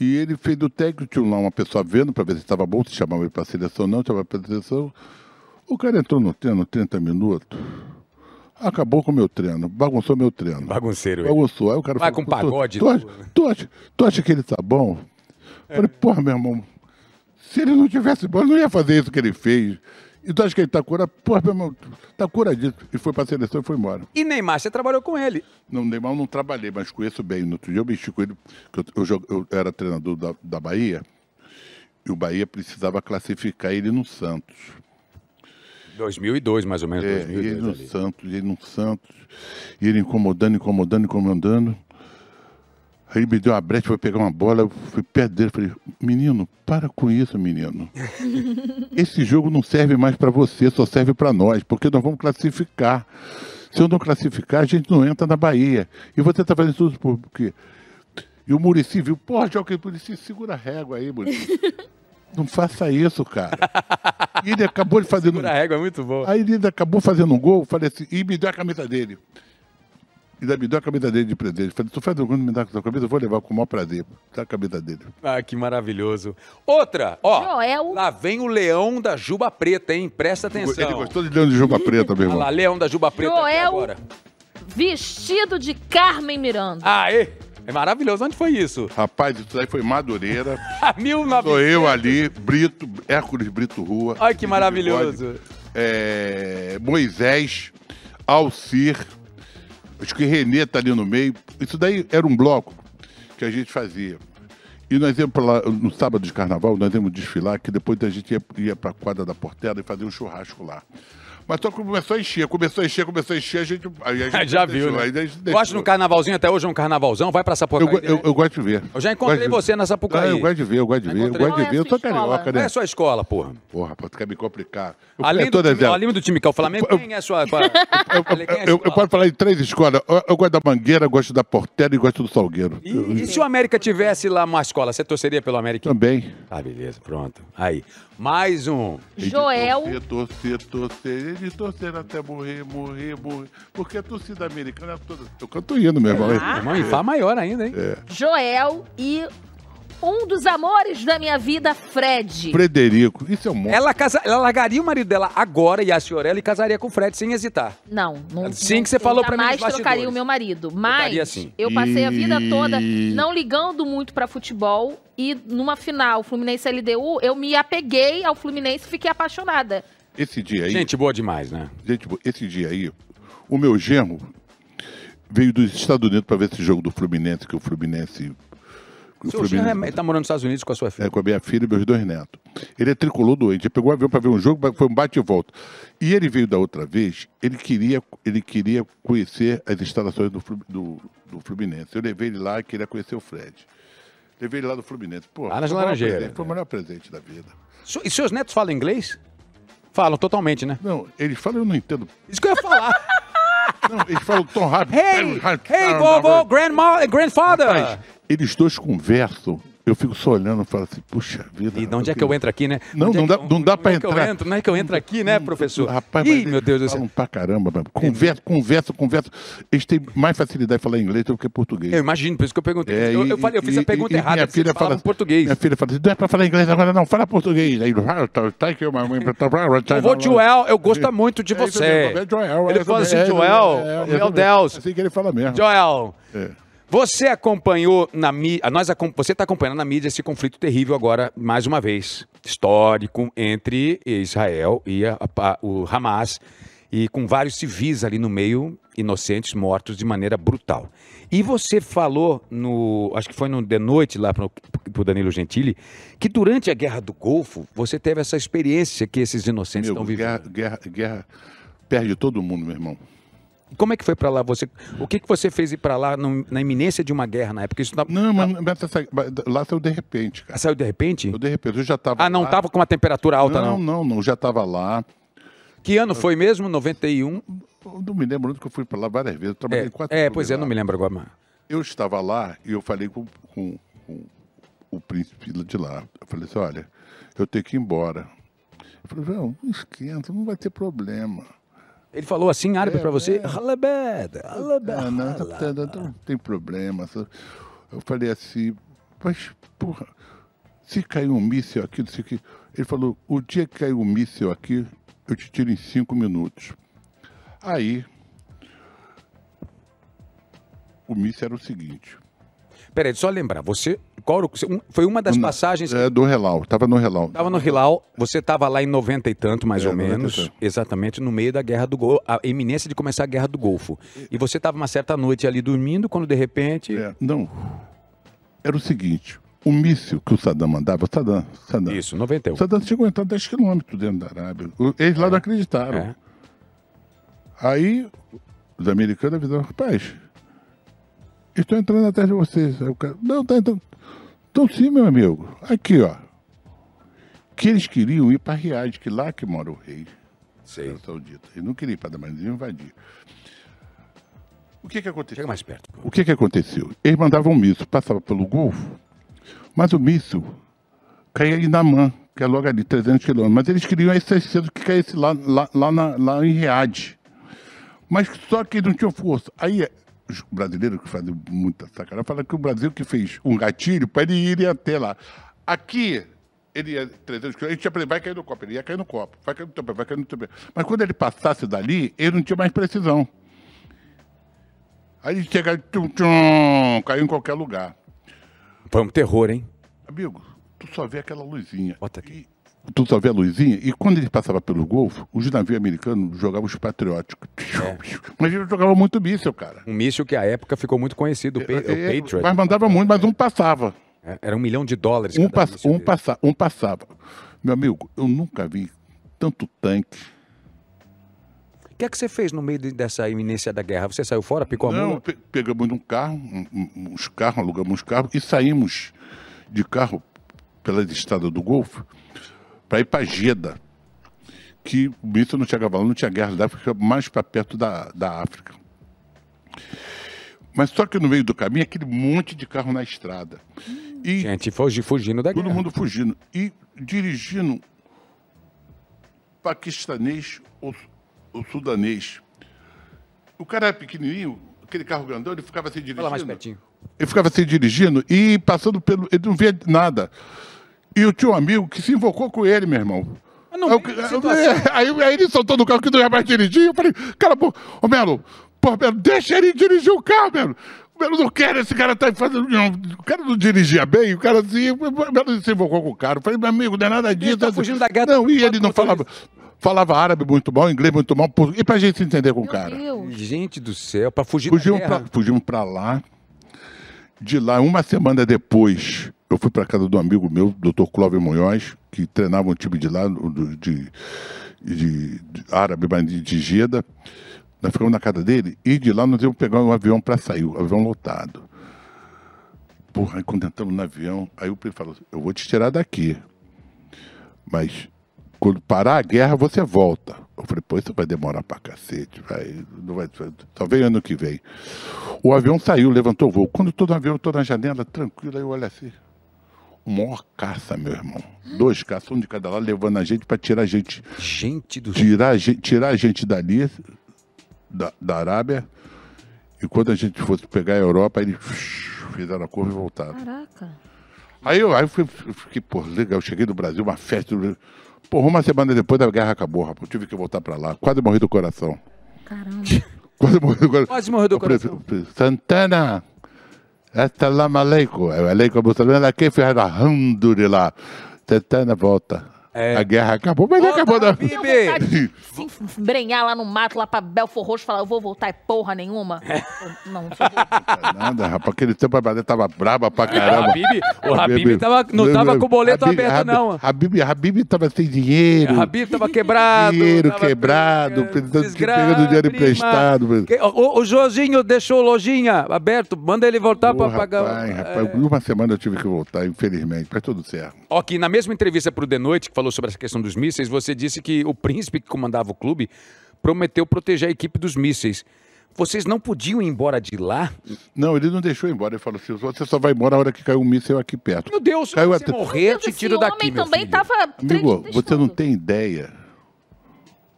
S3: E ele fez do técnico, tinha lá uma pessoa vendo para ver se estava bom, se chamava ele para a seleção ou não, chamava para a seleção. O cara entrou no treino 30 minutos, acabou com o meu treino, bagunçou meu treino.
S1: Bagunceiro ele.
S3: Bagunçou. Aí o cara
S1: Vai
S3: falou,
S1: com
S3: "Tu-
S1: pagode, É.
S3: Tu, acha- tu, acha, tu acha que ele tá bom? Falei, porra, meu irmão, se ele não tivesse bom, ele não ia fazer isso que ele fez. E tu acha que ele tá curado? Porra, meu irmão, tá curadito. E foi pra seleção e foi embora.
S1: E Neymar, você trabalhou com ele.
S3: Não, Neymar eu não trabalhei, mas conheço bem. No outro dia eu mexi com ele, que eu, eu jogo- eu era treinador da, da Bahia, e o Bahia precisava classificar ele no Santos.
S1: 2002, mais ou menos.
S3: É, e
S1: 2002
S3: ele no
S1: ali.
S3: Santos, ele no Santos, e ele incomodando, incomodando, incomodando. Aí ele me deu uma brecha, foi pegar uma bola, eu fui perto dele, falei, menino, para com isso, menino. Esse jogo não serve mais para você, só serve para nós, porque nós vamos classificar. Se eu não classificar, a gente não entra na Bahia. E você tá fazendo tudo por quê? E o Murici viu, porra, Joaquim, Murici, segura a régua aí, Murici. não faça isso, cara. E ele acabou de fazer
S1: Segura a régua é muito boa.
S3: Aí ele ainda acabou fazendo um gol, falei assim, e me deu a camisa dele. E ainda me deu a camisa dele de presente. Falei, tu faz um gol, me dá a sua camisa, eu vou levar com o maior prazer. Dá a camisa dele.
S1: Ah, que maravilhoso. Outra, ó.
S2: Joel.
S1: Lá vem o leão da juba preta, hein? Presta atenção.
S3: Ele gostou de leão de juba preta, meu
S1: Olha lá,
S3: irmão.
S1: leão da juba preta aqui
S2: Joel.
S1: agora. é-
S2: Vestido de Carmen Miranda.
S1: Aê! É maravilhoso. Onde foi isso?
S3: Rapaz, isso daí foi Madureira.
S1: A 1900.
S3: Sou eu ali, Brito, Hércules Brito Rua.
S1: Olha que maravilhoso.
S3: Bigode, é, Moisés, Alcir, acho que Renê tá ali no meio. Isso daí era um bloco que a gente fazia. E nós íamos pra lá, no sábado de carnaval, nós íamos desfilar, que depois a gente ia, ia pra quadra da Portela e fazia um churrasco lá. Mas só que começou a encher, começou a encher, começou a encher, a gente. aí a gente
S1: Já viu,
S3: deixou,
S1: né?
S3: aí a gente
S1: Gosta de
S3: deixou.
S1: um carnavalzinho, até hoje é um carnavalzão. Vai pra
S3: Eu,
S1: Sapucaí.
S3: go- eu,
S1: né?
S3: eu gosto de ver.
S1: Eu já encontrei
S3: Gosto de-
S1: você na Sapucaí.
S3: Ah, eu gosto de ver, eu gosto de ver, eu
S1: encontrei.
S3: gosto de
S2: Qual é a
S3: ver. Eu
S2: sua
S3: sou
S2: escola?
S3: carioca,
S1: Qual é
S3: né?
S1: a sua escola, porra?
S3: Porra, rapaz, tu quer me complicar. Eu fui
S1: Além
S3: a
S1: do,
S3: todas
S1: time,
S3: elas.
S1: além do time que é o Flamengo, quem é a sua... qual- Eu falei, quem é a
S3: Eu, eu
S1: escola?
S3: posso falar em três escolas. Eu, eu gosto da Mangueira, gosto da Portela e gosto do Salgueiro. Eu-
S1: E, e se o América tivesse lá uma escola, você torceria pelo América?
S3: Também.
S1: Ah, beleza, pronto. Aí, mais um.
S2: Joel.
S3: Torcer, torcer, torcer, ele torcer até morrer, morrer, morrer. Porque a torcida americana é toda. Eu canto hino, meu irmão.
S1: Irmão, em Fá maior ainda, hein?
S3: É.
S2: Joel e um dos amores da minha vida, Fred.
S3: Frederico, isso é um monte.
S1: Ela, casa, ela largaria o marido dela agora e a senhorela e casaria com o Fred sem hesitar.
S2: Não, não.
S1: Sim,
S2: não-
S1: Assim que você falou pra mim nos
S2: Jamais trocaria
S1: bastidores. assim.
S2: o meu marido.
S1: Trocaria
S2: Mas
S1: sim.
S2: eu passei a vida
S3: Ih.
S2: toda não ligando muito pra futebol. E numa final, Fluminense LDU, eu me apeguei ao Fluminense e fiquei apaixonada.
S3: Esse dia aí, gente.
S1: Gente boa demais, né?
S3: bo- esse dia aí, o meu genro veio dos Estados Unidos para ver esse jogo do Fluminense, que o Fluminense. que o
S1: Seu Jean é- tá morando nos Estados Unidos com a sua filha.
S3: É, com a minha filha e meus dois netos. Ele é tricolor doente. Ele pegou o avião para ver um jogo, mas foi um bate e volta. E ele veio da outra vez, ele queria, ele queria conhecer as instalações do, Flu- do- do Fluminense. Eu levei ele lá e queria conhecer o Fred. Levei ele lá do Fluminense. Pô,
S1: Lá nas
S3: foi o maior
S1: Laranjeiras,
S3: presente, Foi o
S1: né?
S3: melhor presente da vida.
S1: Su- E seus netos falam inglês? Falam totalmente, né?
S3: Não, eles falam, eu não entendo.
S1: Isso que eu ia falar.
S3: Não, eles falam tão rápido.
S1: hey! hey, vovô, grandma, grandfather!
S3: Eles dois conversam. Eu fico só olhando e falo assim, puxa vida.
S1: E de onde é que eu entro aqui, né?
S3: Não,
S1: Onde
S3: não
S1: é
S3: dá-
S1: que-
S3: não dá
S1: onde
S3: pra
S1: é que eu
S3: entrar.
S1: entro? Não é que eu entro aqui, né, professor?
S3: Rapaz,
S1: Ih,
S3: mas
S1: meu Deus do
S3: eles
S1: céu.
S3: falam pra caramba, mano. Conversa, conversa, conversa. Eles têm mais facilidade de falar inglês do que português.
S1: Eu imagino, por isso que eu perguntei. eu, eu
S3: É, e-
S1: falei, eu fiz
S3: e-
S1: a pergunta
S3: e- e
S1: errada.
S3: Minha
S1: vocês
S3: filha fala
S1: falavam português.
S3: Minha filha fala assim, não é pra falar inglês agora não, fala português. Aí, ah, tá, tá aqui uma mãe pra
S1: Eu vou, Joel, eu gosto muito de
S3: É isso mesmo,
S1: você.
S3: é Joel,
S1: Ele
S3: é
S1: fala
S3: isso
S1: assim,
S3: mesmo, é, é
S1: Joel,
S3: isso
S1: meu
S3: mesmo.
S1: Deus.
S3: Assim que ele fala mesmo.
S1: Joel,
S3: É.
S1: você acompanhou na mídia, nós, acom- você está acompanhando na mídia esse conflito terrível agora, mais uma vez, histórico, entre Israel e a- a- o Hamas, e com vários civis ali no meio, inocentes, mortos de maneira brutal. E você falou, no, acho que foi no de noite lá para o Danilo Gentili, que durante a Guerra do Golfo, você teve essa experiência que esses inocentes
S3: Meu,
S1: estão vivendo.
S3: guerra, guerra, guerra perde todo mundo, meu irmão.
S1: Como é que foi pra lá? Você, o que, que você fez ir pra lá no- na iminência de uma guerra na época? Isso não-
S3: Não, mas, mas essa- mas lá saiu de repente, cara.
S1: saiu de repente?
S3: Eu de repente, eu já tava
S1: Ah, não
S3: lá.
S1: tava com uma temperatura alta, não.
S3: Não, não, não, já estava lá.
S1: Que ano foi mesmo? 91?
S3: Eu não me lembro onde que eu fui para lá várias vezes. Eu trabalhei
S1: É,
S3: em quatro
S1: é
S3: lugares
S1: pois é,
S3: lá.
S1: não me lembro agora. mas-
S3: Eu estava lá e eu falei com, com- com o príncipe de lá. Eu falei assim, olha, eu tenho que ir embora. Ele falou, não, não esquenta, não vai ter problema.
S1: Ele falou assim em árabe pra você?
S3: É, Ah, não, tá- tá- tá- não tem problema. só- Eu falei assim, mas porra, se cair um míssil aqui, não sei o que. Ele falou, o dia que cair um míssil aqui, eu te tiro em cinco minutos. Aí, o míssil era o seguinte.
S1: Peraí, só lembrar, você. Qual, era o- um- foi uma das passagens que
S3: É, do relau, estava no relau.
S1: estava no Hilal, você estava lá em 90 e tanto, mais
S3: É,
S1: ou
S3: 90 e
S1: menos.
S3: tanto.
S1: Exatamente, no meio da guerra do Golfo, a iminência de começar a guerra do Golfo. E você estava uma certa noite ali dormindo, quando de repente.
S3: É, não, era o seguinte, o míssil que o Saddam mandava, Saddam, Saddam.
S1: Isso, 91.
S3: O Saddam chegou a entrar 10 quilômetros dentro da Arábia. O- Eles lá não acreditaram.
S1: É.
S3: Aí os americanos avisaram, rapaz, estou entrando atrás de vocês. Aí o cara, não, tá entrando. Então sim, meu amigo. Aqui, ó. Que eles queriam ir para Riad, que lá que mora o rei
S1: Sei.
S3: era saudita. Eles não queriam ir para Damasco, eles iam invadir. O que que aconteceu?
S1: Chega mais perto. pô.
S3: O que, que aconteceu? Eles mandavam um míssil, passava pelo Golfo, mas o míssil caía em Naman, que é logo ali, 300 quilômetros. Mas eles queriam esse 600 que caísse lá, lá, lá, na- lá em Riad. Mas só que eles não tinham força. Aí os brasileiros que fazem muita sacanagem falam que o Brasil que fez um gatilho para ele ir até lá. Aqui, ele ia 300 quilômetros, ele tinha, pre- vai cair no copo, ele ia cair no copo, vai cair no teu pé, vai cair no teu pé. Mas quando ele passasse dali, ele não tinha mais precisão. Aí chega, tchum, tchum, caiu em qualquer lugar.
S1: Foi um terror, hein?
S3: Amigo, tu só vê aquela luzinha.
S1: Bota aqui.
S3: E tu só vê a luzinha. E quando ele passava pelo Golfo, os navios americanos jogavam os patrióticos.
S1: É.
S3: Mas eles jogavam muito míssil, cara.
S1: Um míssil que à época ficou muito conhecido, o, pa
S3: É,
S1: o Patriot.
S3: mas mandava muito, mas um passava.
S1: É, Era um milhão de dólares.
S3: Um,
S1: cada
S3: pass-
S1: míssil
S3: um
S1: dele.
S3: passa- um passava. Meu amigo, eu nunca vi tanto tanque.
S1: O que é que você fez no meio de- dessa iminência da guerra? Você saiu fora, picou a
S3: Não,
S1: mula?
S3: pe- pegamos um carro, um- um- uns carros, alugamos uns carros e saímos de carro pelas estradas do Golfo para ir para Geda, que o míssil não chegava lá, não tinha guerra da África, mais para perto da, da África. Mas só que no meio do caminho, aquele monte de carro na estrada. E
S1: Gente, fugi- fugindo da
S3: todo
S1: guerra.
S3: mundo fugindo. E dirigindo paquistanês ou, ou sudanês. O cara era pequenininho, aquele carro grandão, ele ficava se dirigindo.
S1: Fala mais pertinho.
S3: Ele ficava se dirigindo e passando pelo. Ele não via nada. E eu tinha um amigo que se invocou com ele, meu irmão.
S1: Ah, não,
S3: aí, É o
S1: que
S3: ca-
S1: situação.
S3: aí- aí ele soltou do carro que não ia mais dirigir. Eu falei, cara, pô, ô Melo, pô, Melo, deixa ele dirigir o carro, Melo. O Melo não quer, esse cara tá fazendo. não, o cara não dirigia bem, o cara assim. O Melo se invocou com o cara. Eu falei, meu amigo, não é nada disso.
S1: tá fugindo da guerra,
S3: Não, e ele não
S1: tá com
S3: falava. Falava árabe muito mal, inglês muito mal, por- e pra gente se entender com o cara.
S2: Meu Deus.
S1: É. Gente do céu, pra fugir
S3: Fugimos
S1: da
S3: pra,
S1: guerra.
S3: fugimos pra lá. De lá, uma semana depois, eu fui pra casa do amigo meu, Dr. Clóvis Munhoz, que treinava um time de lá, do- do- de, de- de árabe, mas de, de Geda. Nós ficamos na casa dele e de lá nós íamos pegar um avião pra sair, um avião lotado. Porra, aí quando entramos no avião, aí o prefeito falou assim, eu vou te tirar daqui. Mas quando parar a guerra, você volta. Eu falei, pô, isso vai demorar pra cacete, vai, não vai, só vem ano que vem. O avião saiu, levantou o voo. Quando todo avião, eu tô na janela, tranquilo, aí eu olho assim. O maior caça, meu irmão. Dois caças, um de cada lado, levando a gente pra tirar a gente
S1: Gente do céu.
S3: tirar a gente, tirar a gente dali, da, da Arábia, e quando a gente fosse pegar a Europa, eles fizeram a curva e voltaram.
S2: Caraca.
S3: Aí eu, aí eu fui- eu fiquei, pô, legal, eu cheguei do Brasil, uma festa. do Brasil. Porra, uma semana depois da guerra acabou, rapaz, eu tive que voltar pra lá. Quase morri do coração.
S2: Caramba.
S3: Quase morri do coração.
S1: Quase morreu do
S3: O pre-
S1: coração.
S3: pre- Santana! Assalamu alaikum. Alaikum assalam. Ela que fez alhamdulillah. Santana volta.
S1: É.
S3: A guerra acabou, mas não
S1: Volta,
S3: acabou né? não.
S1: Habib.
S2: Deu vontade de se embrenhar lá no mato, lá pra Belfor Roxo, falar, eu vou voltar e porra nenhuma.
S1: É.
S2: Não, só vou-
S3: Nada, rapaz. Aquele tempo a Bahia tava braba pra
S1: O
S3: caramba.
S1: Habib, o Habib tava, não tava com o boleto
S3: Habib-
S1: aberto,
S3: Habib-
S1: não.
S3: Habib, Habib tava sem dinheiro.
S1: O Habib tava quebrado.
S3: Dinheiro
S1: tava
S3: quebrado,
S1: pegando-
S3: precisando de-
S1: desgraça,
S3: pegando dinheiro
S1: prima.
S3: emprestado.
S1: Que- O, o Josinho deixou o lojinha aberto, manda ele voltar pra
S3: Pô, rapaz,
S1: pagar. é.
S3: rapaz, Uma semana eu tive que voltar, infelizmente, mas tudo certo.
S1: Ok, na mesma entrevista pro The Noite, que falou falou sobre essa questão dos mísseis, você disse que o príncipe que comandava o clube prometeu proteger a equipe dos mísseis. Vocês não podiam ir embora de lá?
S3: Não, ele não deixou ir embora. Ele falou assim: você só vai embora a hora que caiu um míssel aqui perto.
S1: Meu Deus, se
S3: Caiu
S1: você
S3: até-
S1: morrer, te
S2: Esse
S1: tiro daqui,
S2: homem
S1: meu
S2: também tá-
S1: filho.
S2: tava
S3: Amigo,
S2: testando.
S3: você não tem ideia.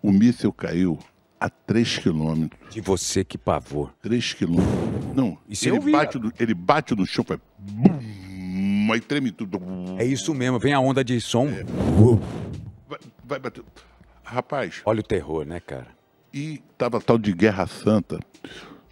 S3: O míssel caiu a 3 quilômetros.
S1: De você, que pavor.
S3: 3 quilômetros. Não,
S1: Isso eu
S3: ele,
S1: vi.
S3: bate no, ele bate no chão, faz. Bum, aí treme tudo. Bum,
S1: É isso mesmo, vem a onda de som.
S3: Vai, vai bater. Rapaz,
S1: Olha o terror, né, cara?
S3: e tava tal de Guerra Santa.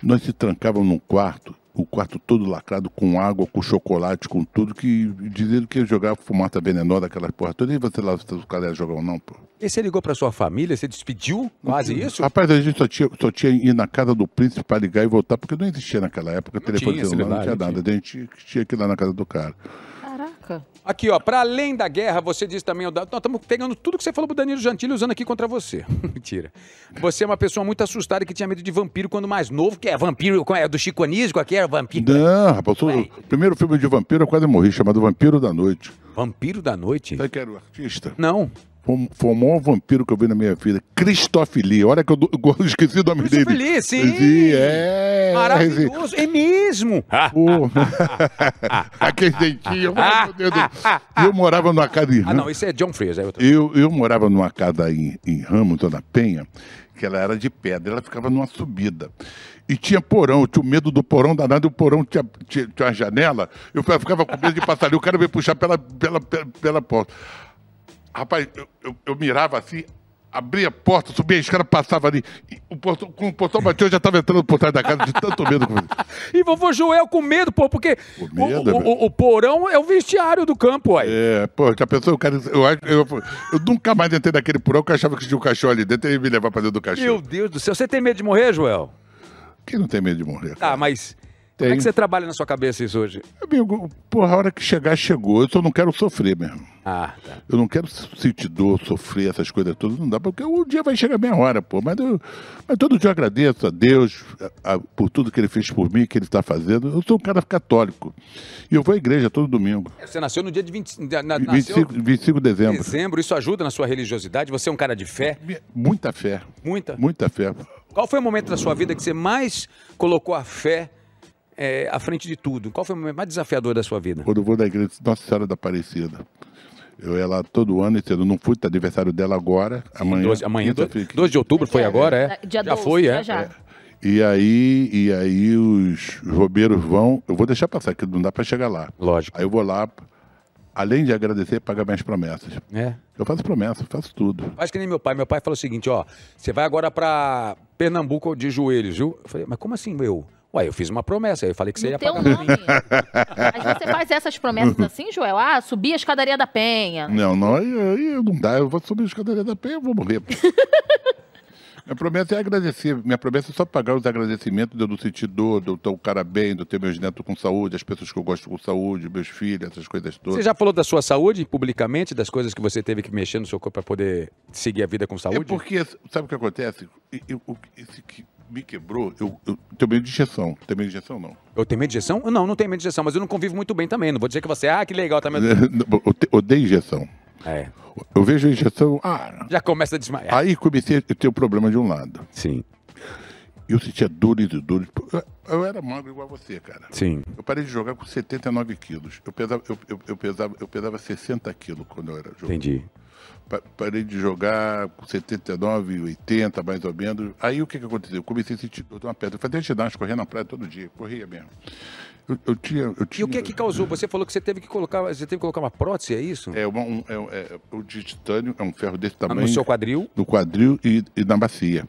S3: Nós se trancávamos num quarto, o quarto todo lacrado com água, com chocolate, com tudo, que dizendo que ia jogar fumaça venenosa, aquelas porra toda. E você lá, se o cara ia jogar ou não, pô.
S1: E você ligou pra sua família? Você despediu? Quase isso?
S3: Rapaz, a gente só tinha, só tinha ir na casa do príncipe para ligar e voltar, porque não existia naquela época telefone
S1: tinha
S3: celular, não tinha
S1: celular, não
S3: nada. A gente tinha que ir lá na casa do cara.
S2: Caraca.
S1: Aqui, ó, pra além da guerra, você disse também. ó, Nós estamos pegando tudo que você falou pro Danilo Gentili usando aqui contra você. Mentira. Você é uma pessoa muito assustada que tinha medo de vampiro quando mais novo, que é vampiro, qual é do Chico Anísio, qual é que era vampiro.
S3: Não, rapaz, o
S1: Ué.
S3: primeiro filme de vampiro eu quase morri, chamado Vampiro da Noite.
S1: Vampiro da noite?
S3: Sabe quem era o artista?
S1: Não.
S3: Foi, foi o maior é um vampiro que eu vi na minha vida. Christophe Lee. Olha que eu, do- eu esqueci o nome
S1: Christophe
S3: dele.
S1: Lee, sim.
S3: Sim, é.
S1: Maravilhoso, é mesmo. Ah,
S3: Pô. Aquele dentinho. ai, meu Deus do- E eu morava numa casa em
S1: ah,
S3: Ram-
S1: não, isso é John Fraser. é outro.
S3: eu, eu morava numa casa em, em Hamilton, na Penha, que ela era de pedra, ela ficava numa subida. E tinha porão, eu tinha medo do porão danado, e o porão tinha, tinha, tinha uma janela, eu fi- ficava com medo de passar ali, o cara veio puxar pela, pela, pela, pela porta. Rapaz, eu, eu, eu mirava assim, abria a porta, subia a escada, passava ali. E o portão, quando o portão bateu, eu já estava entrando por trás da casa de tanto medo que eu fazia.
S1: E vovô Joel com medo, pô, porque
S3: Com medo,
S1: o, o-
S3: velho.
S1: o- o porão é o vestiário do campo, aí.
S3: É, pô, já pensou? O cara, eu, acho- eu, eu nunca mais entrei naquele porão, que eu achava que tinha um cachorro ali dentro, ele ia me levar pra dentro do cachorro.
S1: Meu Deus do céu, você tem medo de morrer, Joel?
S3: Quem não tem medo de morrer?
S1: Tá, mas como é
S3: Tenho.
S1: que você trabalha na sua cabeça isso hoje?
S3: Amigo, porra, a hora que chegar, chegou. Eu só não quero sofrer mesmo.
S1: Ah, tá.
S3: Eu não quero sentir dor, sofrer, essas coisas todas. Não dá, porque o dia vai chegar a minha hora, pô. Mas, eu- mas todo dia eu agradeço a Deus a- a- por tudo que ele fez por mim, que ele está fazendo. Eu sou um cara católico. E eu vou à igreja todo domingo.
S1: Você nasceu no dia de 20, na- na- nasceu
S3: 25, 25 de
S1: em
S3: dezembro.
S1: dezembro, isso ajuda na sua religiosidade? Você é um cara de fé?
S3: Minha- Muita fé.
S1: Muita?
S3: Muita fé.
S1: Qual foi o momento da sua vida que você mais colocou a fé é, à frente de tudo? Qual foi o momento mais desafiador da sua vida?
S3: Quando eu vou na igreja Nossa Senhora da Aparecida. Eu ia lá todo ano, entendeu? Não fui, tá aniversário dela agora. amanhã.
S1: Doze- amanhã, do-
S3: quinta-feira,
S1: 12 de outubro, foi
S2: Dia-
S1: agora, é?
S2: Dia
S1: já
S2: 12,
S1: foi, é?
S2: Já, já.
S3: E aí, e aí os roubeiros vão. Eu vou deixar passar, que não dá para chegar lá.
S1: Lógico.
S3: Aí eu vou lá, além de agradecer, pagar minhas promessas.
S1: É.
S3: Eu faço promessa, faço tudo.
S1: Acho que nem meu pai. Meu pai falou o seguinte, ó, você vai agora pra Pernambuco de joelhos, viu? Eu falei, mas como assim, meu? Ué, eu fiz uma promessa, eu falei que você ia
S2: No teu
S1: pagar.
S2: um nome. Mas você faz essas promessas assim, Joel? Ah, subir a escadaria da penha.
S3: Não, não, aí, aí não dá. Eu vou subir a escadaria da penha, eu vou morrer. Minha promessa é agradecer. Minha promessa é só pagar os agradecimentos de eu não sentir dor, de eu ter o cara bem, de eu ter meus netos com saúde, as pessoas que eu gosto com saúde, meus filhos, essas coisas todas.
S1: Você já falou da sua saúde publicamente, das coisas que você teve que mexer no seu corpo pra poder seguir a vida com saúde?
S3: É porque, sabe o que acontece? E- eu- o- esse que me quebrou, eu, eu tenho medo de injeção. Tenho medo de injeção, não.
S1: Eu tenho medo de injeção? Eu Não, não tenho medo de injeção, mas eu não convivo muito bem também. Não vou dizer que você, ah, que legal, tá medo.
S3: Eu te- odeio injeção.
S1: É.
S3: Eu vejo a injeção, ah...
S1: Já começa a desmaiar.
S3: Aí comecei a ter um problema de um lado.
S1: Sim,
S3: Eu sentia dores e dores. Eu- Eu era magro igual você, cara.
S1: sim.
S3: Eu parei de jogar com 79 quilos. Eu pesava, eu, eu- eu pesava, eu pesava 60 quilos quando eu era jogador.
S1: Entendi.
S3: Pa- parei de jogar com 79, 80, mais ou menos. Aí o que, que aconteceu? Eu comecei a sentir dor de uma pedra. Eu fazia ginástica, corria na praia todo dia, corria mesmo. Eu, eu tinha, eu
S1: E
S3: tinha...
S1: o que é que causou? Você falou que você teve que colocar, você teve que colocar uma prótese, é isso?
S3: É, uma- um, é, um- é, o de titânio é um ferro desse
S1: Ah,
S3: tamanho.
S1: No seu quadril?
S3: No quadril e, e na bacia.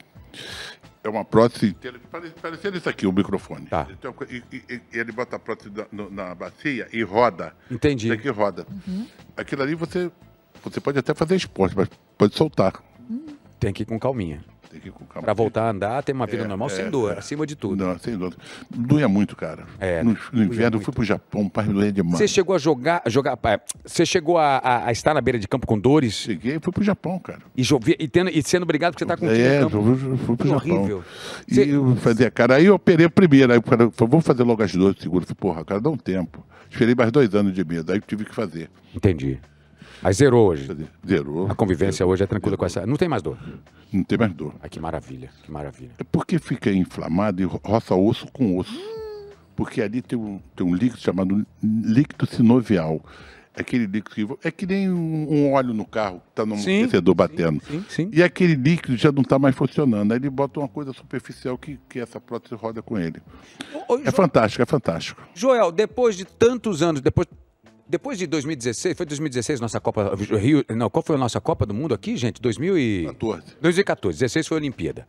S3: É uma prótese inteira, pare- parecendo isso aqui, o microfone.
S1: Tá.
S3: Então, e, e- e- e ele bota a prótese na, no- na bacia e roda.
S1: Entendi.
S3: Isso aqui roda.
S1: Uhum.
S3: Aquilo ali você, você pode até fazer esporte, mas pode soltar.
S1: Tem que ir com calminha.
S3: Tem que ir com calma.
S1: Pra voltar a andar, ter uma vida normal sem
S3: é,
S1: dor,
S3: é.
S1: acima de tudo.
S3: Não, sem dúvida. Doía muito, cara.
S1: É,
S3: no,
S1: doía
S3: no inverno eu fui pro Japão, pai, doía demais.
S1: Você chegou a jogar, jogar pá, você chegou a, a- a estar na beira de campo com dores
S3: Cheguei e fui pro Japão, cara.
S1: e, chover- e tendo- e sendo obrigado porque você tá com dor
S3: É,
S1: no
S3: eu
S1: campo.
S3: fui, eu fui pro
S1: Que
S3: Japão.
S1: horrível.
S3: E
S1: Cê-
S3: eu fazia, cara, aí eu operei primeiro. Aí o cara falou, vou fazer logo as duas, seguro. Eu Falei, porra, cara, dá um tempo. Esperei mais dois anos de medo, aí tive que fazer.
S1: Entendi. Aí zerou hoje.
S3: Quer dizer, Zerou.
S1: A convivência hoje é tranquila com essa. Não tem mais dor.
S3: Não tem mais dor.
S1: Ai, que maravilha, que maravilha.
S3: É porque fica inflamado e ro- roça osso com osso. Porque ali tem um, tem um líquido chamado líquido sinovial. Aquele líquido que. É que nem um, um óleo no carro que está no
S1: Sim,
S3: amortecedor batendo.
S1: sim, sim.
S3: E aquele líquido já não está mais funcionando. Aí ele bota uma coisa superficial que, que essa prótese roda com ele.
S1: Ô, ô,
S3: É fantástico, é fantástico.
S1: Joel, depois de tantos anos, depois, depois de 2016, foi 2016 nossa Copa Rio, não, qual foi a nossa Copa do Mundo aqui, gente? 2000 e...
S3: 14.
S1: 2014, 16 foi a Olimpíada.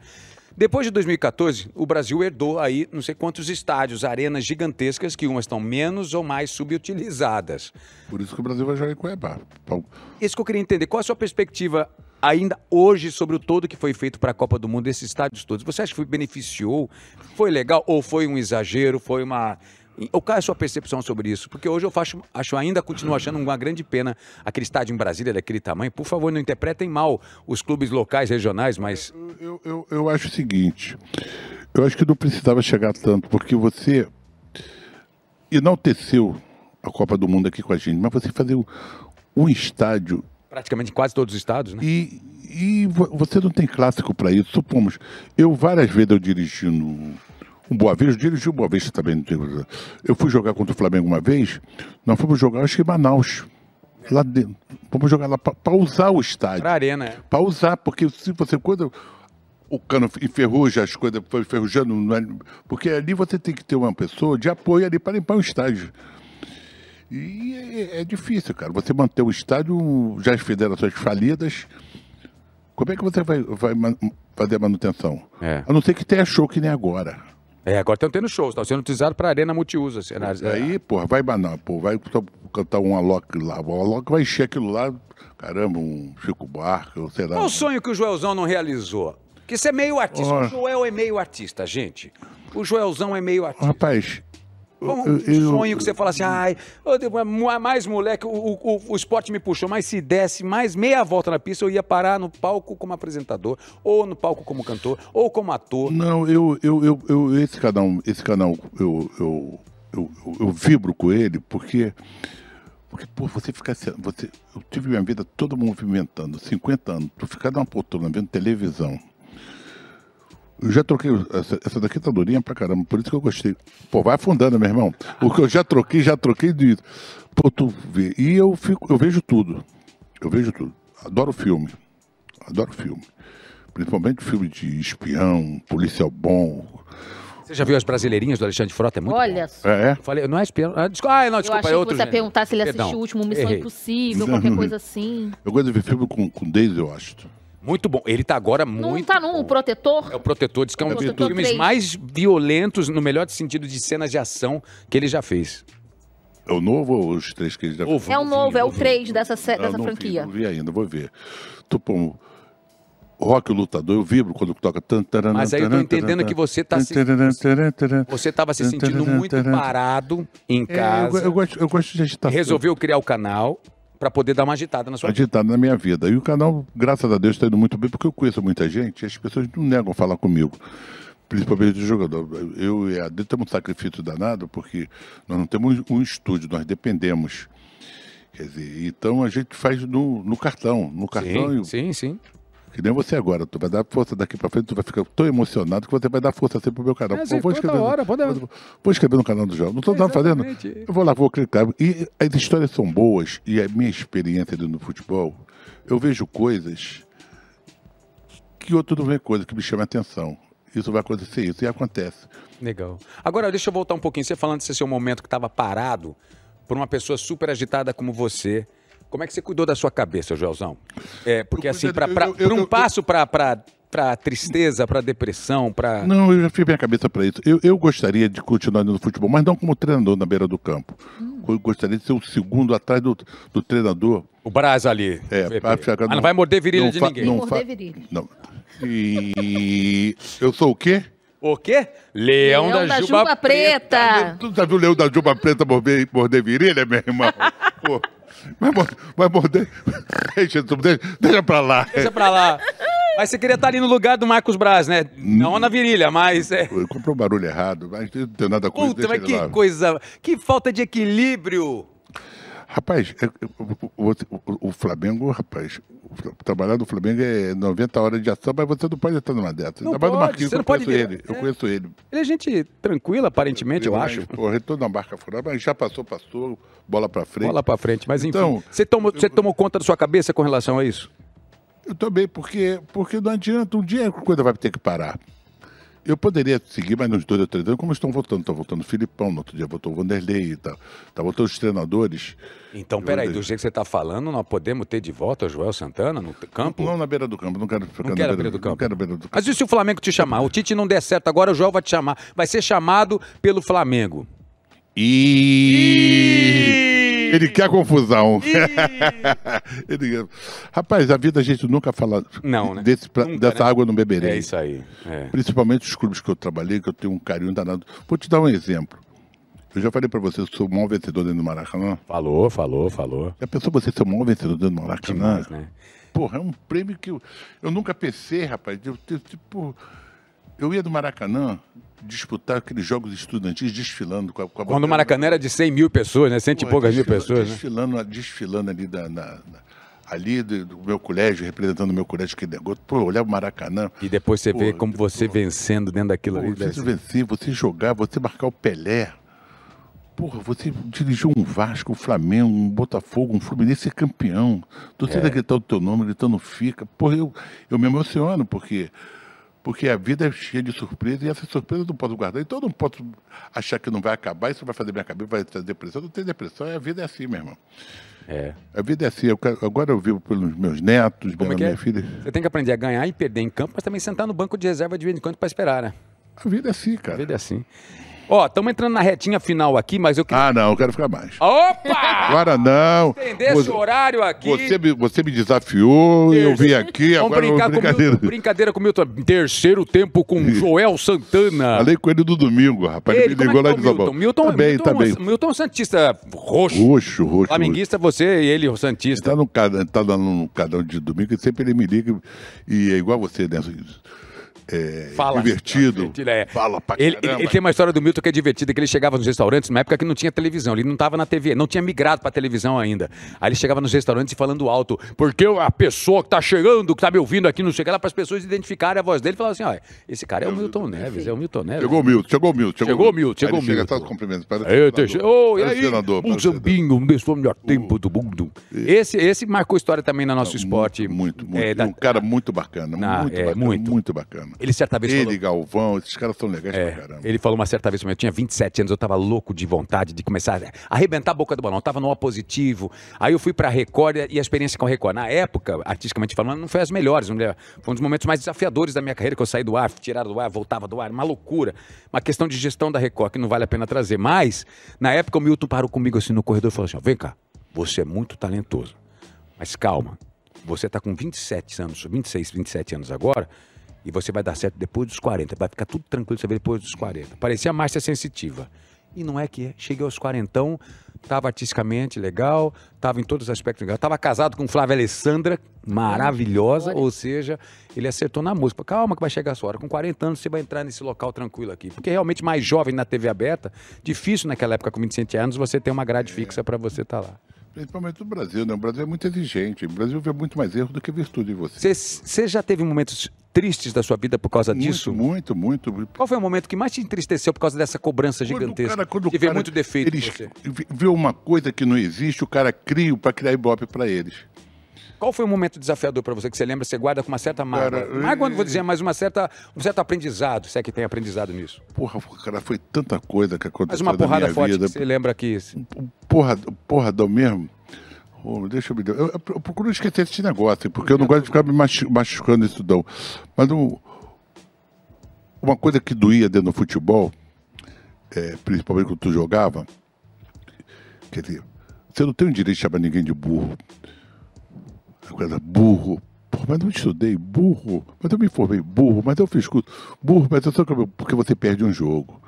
S1: Depois de 2014, o Brasil herdou aí não sei quantos estádios, arenas gigantescas que umas estão menos ou mais subutilizadas.
S3: Por isso que o Brasil vai jogar em Cuiabá. Pau-
S1: Isso que eu queria entender, qual a sua perspectiva ainda hoje sobre o todo que foi feito para a Copa do Mundo, esses estádios todos? Você acha que foi beneficiou? Foi legal ou foi um exagero? Foi uma. O- Qual é a sua percepção sobre isso? Porque hoje eu faço, acho ainda continuo achando uma grande pena aquele estádio em Brasília daquele tamanho. Por favor, não interpretem mal os clubes locais, regionais, mas
S3: Eu, eu, eu acho o seguinte, eu acho que não precisava chegar tanto, porque você enalteceu a Copa do Mundo aqui com a gente, mas você fazer um, um estádio
S1: praticamente em quase todos os estados, né?
S3: e, e vo- você não tem clássico para isso. Supomos, eu várias vezes eu dirigi no um Boa Vista, eu dirigi o Boa Vista também. não tem coisa. Eu fui jogar contra o Flamengo uma vez, nós fomos jogar, acho que em Manaus, lá dentro. Fomos jogar lá para usar o estádio
S1: Pra arena, é.
S3: para usar, porque se você quando o cano enferruja, as coisas foi enferrujando, não é- porque ali você tem que ter uma pessoa de apoio ali para limpar o estádio. E é, é difícil, cara. Você manter o estádio, já as federações falidas, como é que você vai, vai man- fazer a manutenção?
S1: É.
S3: A não ser que tenha show que nem agora.
S1: É, agora estão tendo shows, estão sendo utilizado para arena multiuso. assim, na-
S3: Aí, porra, vai banar, pô, vai só cantar um Alok lá, o Alok vai encher aquilo lá, caramba, um Chico Barca, ou sei lá.
S1: Qual o É um sonho que o Joelzão não realizou? Porque você é meio artista.
S3: Ora.
S1: O Joel é meio artista, gente. O Joelzão é meio artista.
S3: Rapaz,
S1: Um
S3: eu- eu-
S1: sonho que você fala assim, ai, eu devo- mu- mais moleque, o, o- o- o esporte me puxou, mas se desse mais meia volta na pista, eu ia parar no palco como apresentador, ou no palco como cantor, ou como ator.
S3: Não, eu, eu, eu, eu- esse canal, esse canal eu, eu, eu, eu- eu vibro com ele porque, porque pô, você fica se- você, eu tive minha vida toda movimentando, 50 anos, tu ficar numa poltrona vendo televisão. Eu já troquei, essa, essa daqui tá durinha pra caramba, por isso que eu gostei. Pô, vai afundando, meu irmão. O que eu já troquei, já troquei de. Pô, tu vê. E eu, fico, eu vejo tudo. Eu vejo tudo. Adoro filme. Adoro filme. Principalmente filme de espião, policial bom.
S1: Você já viu as brasileirinhas do Alexandre Frota? É muito
S2: Olha
S1: bom.
S2: só.
S3: É, é.
S1: Eu Falei, não é espião. Ah, desculpa, ah, não,
S2: Eu
S1: desculpa,
S2: achei
S1: é
S2: que
S1: outro.
S2: você ia
S1: gênero.
S2: perguntar se ele
S1: Perdão,
S2: assistiu o último Missão
S1: errei.
S2: Impossível, qualquer coisa assim.
S3: Eu gosto de ver filme com, com Daisy Washington.
S1: Muito bom. Ele tá agora muito.
S2: não tá num o protetor?
S1: É o Protetor, diz que é um
S3: É o
S1: dos
S3: Protetor
S1: filmes
S2: três.
S1: mais violentos, no melhor sentido de cenas de ação, que ele já fez.
S3: É o novo ou os três que eles já
S1: Ovo.
S2: É o novo, é o
S1: Novinho,
S2: 3 dessa, sé-
S3: Ah,
S2: dessa
S3: não vi,
S2: franquia.
S3: não vi ainda, vou ver. Tupom, rock lutador, eu vibro quando toca. tan, taran,
S1: Mas aí eu tô
S3: taran,
S1: entendendo
S3: taran,
S1: que você tá
S3: tan,
S1: se-
S3: taran, taran, taran.
S1: Você estava se
S3: Tan,
S1: sentindo
S3: taran,
S1: muito
S3: taran.
S1: parado em
S3: É, eu, go- eu
S1: casa,
S3: gosto, eu gosto de agitação.
S1: resolveu criar o canal para poder dar uma agitada na sua vida.
S3: Agitado na minha vida. E o canal, graças a Deus, está indo muito bem, porque eu conheço muita gente e as pessoas não negam falar comigo. Principalmente o jogador. Eu e a Adri temos um sacrifício danado, porque nós não temos um estúdio, nós dependemos. Quer dizer, então a gente faz no, no cartão. No cartão,
S1: Sim, sim,
S3: e-
S1: sim.
S3: que nem você agora. Tu vai dar força daqui pra frente, tu vai ficar tão emocionado que você vai dar força sempre pro meu canal.
S1: É,
S3: Pô,
S1: sim, toda hora, pode-
S3: vou, vou escrever no canal do João. Não tô nada fazendo.
S1: Exatamente.
S3: Eu vou lá, vou clicar. E as histórias são boas e a minha experiência dentro do futebol, eu vejo coisas que outro não vê coisa que me chama a atenção. Isso vai acontecer, isso e acontece.
S1: Legal. Agora, deixa eu voltar um pouquinho. Você falando desse seu momento que estava parado por uma pessoa super agitada como você. Como é que você cuidou da sua cabeça, Joelzão? É, porque
S3: Eu
S1: assim,
S3: cuidei-
S1: para
S3: eu- eu-
S1: um
S3: eu- eu-
S1: passo para tristeza, para depressão, para...
S3: Não, eu já fiz minha cabeça para isso. Eu, eu gostaria de continuar no futebol, mas não como treinador na beira do campo.
S1: Hum.
S3: Eu gostaria de ser o segundo atrás do, do treinador.
S1: O Braz ali.
S3: É,
S1: VP.
S3: pra ficar-
S1: Ah, não vai morder virilha
S3: não
S1: de
S3: fa-
S1: ninguém.
S3: Não
S2: Morder
S3: fa-
S2: virilha.
S3: Não. E eu sou o quê?
S1: O quê? Leão, É um
S2: É um
S1: da, Juba, Preta.
S2: Ah.
S3: Tu já viu o leão da Juba Preta morder, morder virilha, meu irmão? Pô, vai, mor- vai morder. Deixa, tu- deixa, deixa pra lá.
S1: Deixa pra lá. Mas você queria estar ali no lugar do Marcos Braz, né? Não na virilha, mas... É...
S3: Eu comprei um barulho errado, mas não tem nada com isso.
S1: Puta,
S3: deixa
S1: mas
S3: ele
S1: que
S3: lá.
S1: coisa... Que falta de equilíbrio.
S3: Rapaz, é- é- o, o- o Flamengo, rapaz, o Fla- trabalhar no Flamengo é 90 horas de ação, mas você não pode entrar numa dessa.
S1: Não
S3: Ainda mais no
S1: pode,
S3: Marquinhos,
S1: você
S3: que
S1: não
S3: eu conheço
S1: pode-
S3: ele. Eu
S1: é.
S3: conheço ele.
S1: Ele é gente tranquila, aparentemente, eu
S3: Ele, é
S1: acho.
S3: Porra, ele todo na barca furada, mas já passou, passou, bola pra frente.
S1: Bola pra frente, mas enfim.
S3: Então,
S1: você, tomou, você tomou conta da sua cabeça com relação a isso?
S3: Eu também, porque, porque não adianta, um dia a coisa vai ter que parar. Eu poderia seguir mais uns dois ou três anos, como estão voltando, estão voltando o Filipão, no outro dia voltou o Vanderlei, tá, tá voltando os treinadores.
S1: Então,
S3: Eu
S1: peraí, do
S3: odeio.
S1: jeito que você tá falando, nós podemos ter de volta o Joel Santana no t- campo?
S3: Não na beira do campo, não quero ficar
S1: Não
S3: na
S1: quero
S3: beira,
S1: a beira do campo.
S3: Não quero na beira do campo.
S1: Mas e se o Flamengo te chamar? O Tite não der certo agora, o Joel vai te chamar. Vai ser chamado pelo Flamengo.
S3: E... Ele quer confusão. Ele quer- Rapaz, a vida a gente nunca fala
S1: Não, né?
S3: desse pra-
S1: Nunca,
S3: dessa
S1: né?
S3: água não beberei.
S1: É isso aí. é.
S3: Principalmente os clubes que eu trabalhei, que eu tenho um carinho danado. Vou te dar um exemplo. Eu já falei pra você, eu sou o maior vencedor dentro do Maracanã.
S1: Falou, falou, falou.
S3: Já pensou você ser o maior vencedor dentro do Maracanã?
S1: Demais, né?
S3: Porra, é um prêmio que eu, eu nunca pensei, rapaz. Eu, eu, tipo, eu ia do Maracanã disputar aqueles jogos estudantis desfilando com a, com a
S1: Quando o
S3: bandeira-
S1: Maracanã era de 100 mil pessoas, né? Cento e
S3: Porra,
S1: poucas mil
S3: desfila-
S1: pessoas, né?
S3: desfilando, desfilando ali, da, na- na- ali do, do meu colégio, representando o meu colégio, que negócio. Pô, olhar o Maracanã.
S1: E depois você vê
S3: Pô,
S1: como você vencendo dentro daquilo
S3: Pô,
S1: ali. né? deve
S3: você
S1: ser-
S3: vencer, você jogar, você marcar o Pelé. Porra, você dirigiu um Vasco, um Flamengo, um Botafogo, um Fluminense é campeão.
S1: É.
S3: Torcida gritando o teu nome, gritando fica. Porra, eu, eu me emociono, porque, porque a vida é cheia de surpresa e essa surpresa eu não posso guardar. Então eu não posso achar que não vai acabar, isso vai fazer minha cabeça, vai trazer depressão. Eu não tenho depressão, a vida é assim, meu irmão.
S1: É.
S3: A vida é assim. Eu quero- agora eu vivo pelos meus netos,
S1: Como é
S3: pela
S1: que
S3: minha
S1: é?
S3: filha.
S1: Você tem que aprender a ganhar e perder em campo, mas também sentar no banco de reserva de vez em quando pra esperar, né?
S3: A vida é assim,
S1: A
S3: cara.
S1: vida é assim. Ó, estamos entrando na retinha final aqui, mas eu queria.
S3: Ah, não, eu quero ficar mais.
S1: Opa!
S3: Agora não.
S1: Ah, Estender esse
S3: Você-
S1: horário aqui.
S3: Você me, você me desafiou, eu vim aqui,
S1: Vamos
S3: agora eu vou
S1: brincar com o
S3: brincadeira.
S1: Milton, brincadeira com o Milton. Terceiro tempo com Joel Santana.
S3: Falei com ele no domingo, rapaz. Ele, me
S1: como é
S3: ligou
S1: que
S3: lá
S1: tá
S3: de
S1: o
S3: Zabal.
S1: Milton? Milton,
S3: tá bem,
S1: Milton,
S3: tá
S1: é um-
S3: bem.
S1: Milton é um Santista roxo.
S3: Roxo, roxo. roxo.
S1: Flamenguista, você e ele, o Santista.
S3: Tá no cada, tá lá no canal de domingo e sempre ele me liga e é igual você, né? É,
S1: Fala.
S3: Divertido.
S1: é.
S3: Fala pra
S1: ele, ele,
S3: caramba.
S1: ele tem uma história do Milton que é divertida, que ele chegava nos restaurantes na época que não tinha televisão, ele não estava na TV, não tinha migrado pra televisão ainda. Aí ele chegava nos restaurantes e falando alto, porque a pessoa que tá chegando, que tá me ouvindo aqui, não sei o que lá, para as pessoas identificarem a voz dele, falavam assim, ó, esse cara é o Milton Neves, é o Milton Neves.
S3: Chegou o Milton, chegou o Milton.
S1: Chegou o Milton, chegou
S3: Aí
S1: o
S3: ele chega,
S1: Milton.
S3: tá os cumprimentos. Para
S1: Aí,
S3: senador.
S1: Teixeira, oh, É, e
S3: Para
S1: aí,
S3: senador, para
S1: Muzambinho, um dos melhor tempo do mundo. Esse, esse marcou história também no nosso esporte.
S3: Muito, muito.
S1: É, da-
S3: Um cara muito bacana.
S1: Ah,
S3: muito,
S1: é,
S3: bacana
S1: muito.
S3: muito. bacana.
S1: Ele certa vez falou...
S3: Ele, Galvão, esses caras são legais pra
S1: É,
S3: caramba.
S1: ele falou uma certa vez, pra mim, eu tinha 27 anos, eu tava louco de vontade de começar a arrebentar a boca do balão, eu tava no A positivo. Aí eu fui pra Record e a experiência com a Record, na época, artisticamente falando, não foi as melhores, não é? foi um dos momentos mais desafiadores da minha carreira, que eu saí do ar, tirado do ar, voltava do ar, uma loucura. Uma questão de gestão da Record que não vale a pena trazer. Mas, na época, o Milton parou comigo assim no corredor e falou assim: ó, vem cá, você é muito talentoso, mas calma, você está com 27 anos, 26, 27 anos agora, e você vai dar certo depois dos 40. Vai ficar tudo tranquilo, você vê depois dos 40. Parecia a Márcia Sensitiva. E não é que é. Cheguei aos 40, estava artisticamente legal, estava em todos os aspectos legal. Estava casado com Flávia Alessandra, maravilhosa,
S2: Olha.
S1: ou seja, ele acertou na música. Calma que vai chegar a sua hora. Com 40 anos você vai entrar nesse local tranquilo aqui. Porque realmente mais jovem na TV aberta, difícil naquela época com 27 anos você ter uma grade fixa para você estar lá.
S3: Principalmente no Brasil, né? O Brasil é muito exigente. O Brasil vê muito mais erro do que virtude em você.
S1: Você- Você já teve momentos tristes da sua vida por causa disso?
S3: Muito, muito, muito.
S1: Qual foi o momento que mais te entristeceu por causa dessa cobrança gigantesca?
S3: quando o
S1: de ver
S3: cara-
S1: muito defeito em
S3: eles
S1: você.
S3: vê- vê uma coisa que não existe, o cara cria para criar ibope para eles.
S1: Qual foi o momento desafiador para você que você lembra, você guarda com uma certa mágoa?
S3: Cara,
S1: mágoa, eu não vou
S3: eh,
S1: dizer, mas uma certa, um certo aprendizado, se é que tem aprendizado nisso.
S3: Porra, cara, foi tanta coisa que
S1: Mas
S3: aconteceu
S1: uma porrada
S3: na minha
S1: forte
S3: vida.
S1: que você lembra que...
S3: Um Porra, porradão mesmo. Ô, deixa eu me... Eu, eu, eu procuro esquecer esse negócio, porque eu não gosto de ficar me machu- machucando isso não. Mas um- uma coisa que doía dentro do futebol, é, principalmente quando tu jogava, quer dizer, você não tem o direito de chamar ninguém de burro. A coisa, burro. Pô, mas eu não estudei, burro. Mas eu me informei, burro. Mas eu fiz curso, burro. Mas eu sou campeão, porque você perde um jogo.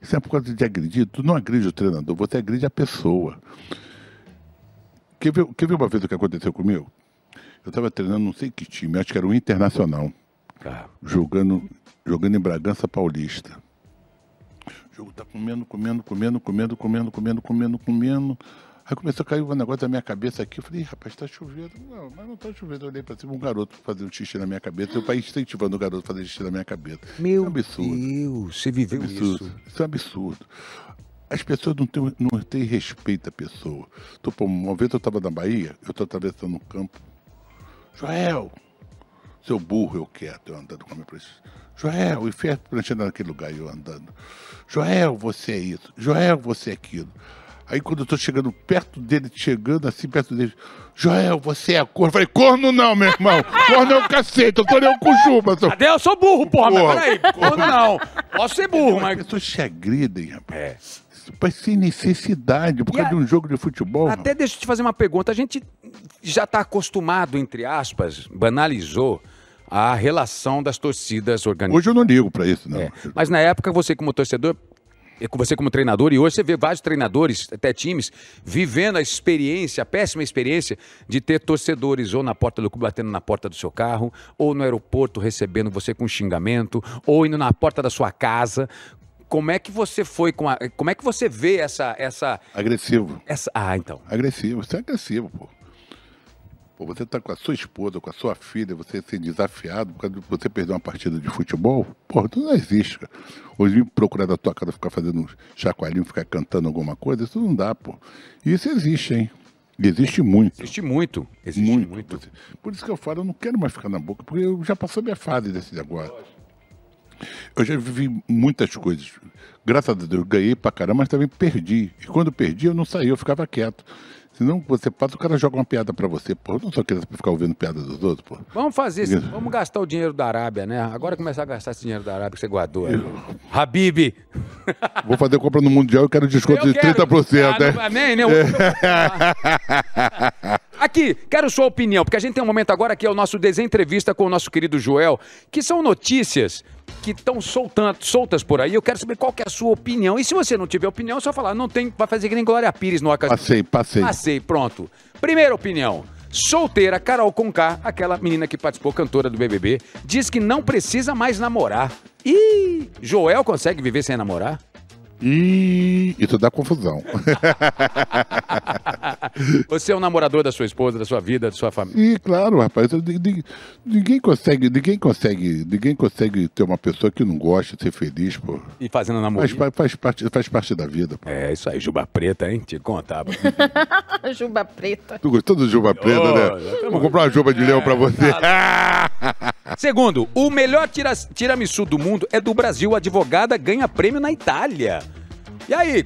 S3: Isso é por causa de agredir. Tu não agride o treinador, você agride a pessoa. Quer ver, quer ver uma vez o que aconteceu comigo? Eu estava treinando não sei que time, acho que era o Internacional
S1: Cara,
S3: jogando, jogando em Bragança Paulista. O jogo tá comendo, comendo, comendo, comendo, comendo, comendo, comendo, comendo. Aí começou a cair um negócio da minha cabeça aqui. Eu falei, "Ih, rapaz, tá chovendo. Não, mas não tá chovendo. Eu olhei pra cima, um garoto fazendo xixi na minha cabeça. Meu pai incentivando o garoto a fazer xixi na minha cabeça.
S1: Meu
S3: é um absurdo.
S1: Deus, você viveu
S3: absurdo.
S1: isso.
S3: Isso é um absurdo. As pessoas não têm, não têm respeito à pessoa. Tô, pô, uma vez eu estava na Bahia, eu estou atravessando um campo. Joel, seu burro eu quieto, eu andando com a minha prancha. Joel, e ferro pranchando naquele lugar, eu andando. Joel, você é isso. Joel, você é aquilo. Aí quando eu estou chegando perto dele, chegando assim perto dele, Joel, você é a corno. Eu falei, corno não, meu irmão. Corno é o cacete, eu tô nem o cujuba, seu
S1: Cadê? Eu sou burro, porra,
S3: Porra.
S1: mas peraí. Corno não. Posso ser burro,
S3: as
S1: mas.
S3: pessoas se agridem, rapaz. Mas sem necessidade, por
S1: É. E
S3: causa
S1: a-
S3: de um jogo de futebol.
S1: Até
S3: rapaz.
S1: deixa eu te fazer uma pergunta. A gente já está acostumado, entre aspas, banalizou a relação das torcidas organizadas.
S3: Hoje eu não ligo pra isso, não.
S1: É. Mas na época você como torcedor, e com- você como treinador, e hoje você vê vários treinadores, até times, vivendo a experiência, a péssima experiência de ter torcedores ou na porta do clube batendo na porta do seu carro, ou no aeroporto recebendo você com xingamento, ou indo na porta da sua casa. Como é que você foi com a, como é que você vê essa essa
S3: Agressivo.
S1: essa Ah, então.
S3: Agressivo. Você é agressivo, pô. Pô, você tá com a sua esposa, com a sua filha, você ser desafiado por causa de você perder uma partida de futebol, porra, isso não existe, cara. Hoje me procurar da tua cara ficar fazendo um chacoalhinho, ficar cantando alguma coisa, isso não dá, pô. Isso existe, hein? E Existe muito.
S1: Existe muito, existe
S3: muito.
S1: muito.
S3: Você- Por isso que eu falo, eu não quero mais ficar na boca, porque eu já passou minha fase desse negócio. Eu já vivi muitas coisas. Graças a Deus, eu ganhei pra caramba, mas também perdi. E quando perdi, eu não saí, eu ficava quieto. Senão você passa, o cara joga uma piada pra você. Pô, eu não sou criança pra ficar ouvindo piada dos outros, pô.
S1: Vamos fazer isso. Vamos gastar o dinheiro da Arábia, né? Agora começar a gastar esse dinheiro da Arábia que você guardou. né? Habib,
S3: Vou fazer compra no Mundial e quero desconto
S1: Eu
S3: de
S1: quero.
S3: 30%.
S1: Ah,
S3: né?
S1: não- nem, nem, eu- Aqui, quero sua opinião, porque a gente tem um momento agora que é o nosso desentrevista com o nosso querido Joel, que são notícias que estão soltan- soltas por aí. Eu quero saber qual que é a sua opinião. E se você não tiver opinião, é só falar, não tem, vai fazer que nem Glória Pires no ocasião.
S3: Passei, passei.
S1: Passei, Ah, pronto. Primeira opinião. Solteira Carol Conká, aquela menina que participou, cantora do BBB, diz que não precisa mais namorar. E Joel consegue viver sem namorar?
S3: E isso dá confusão.
S1: Você é um namorador da sua esposa, da sua vida, da sua família.
S3: E claro, rapaz, eu di- di- ninguém consegue, ninguém consegue, ninguém consegue ter uma pessoa que não gosta, ser feliz, pô.
S1: E fazendo namoro.
S3: Faz, pa- faz parte, faz parte da vida, pô.
S1: É, isso aí, Juba Preta, hein? Te contava.
S2: Juba preta.
S3: Tu gostou do juba preta,
S1: Oh,
S3: né? Vou comprar uma juba de leão pra você.
S1: Segundo, o melhor tira tiramisu do mundo é do Brasil. A advogada ganha prêmio na Itália. E aí,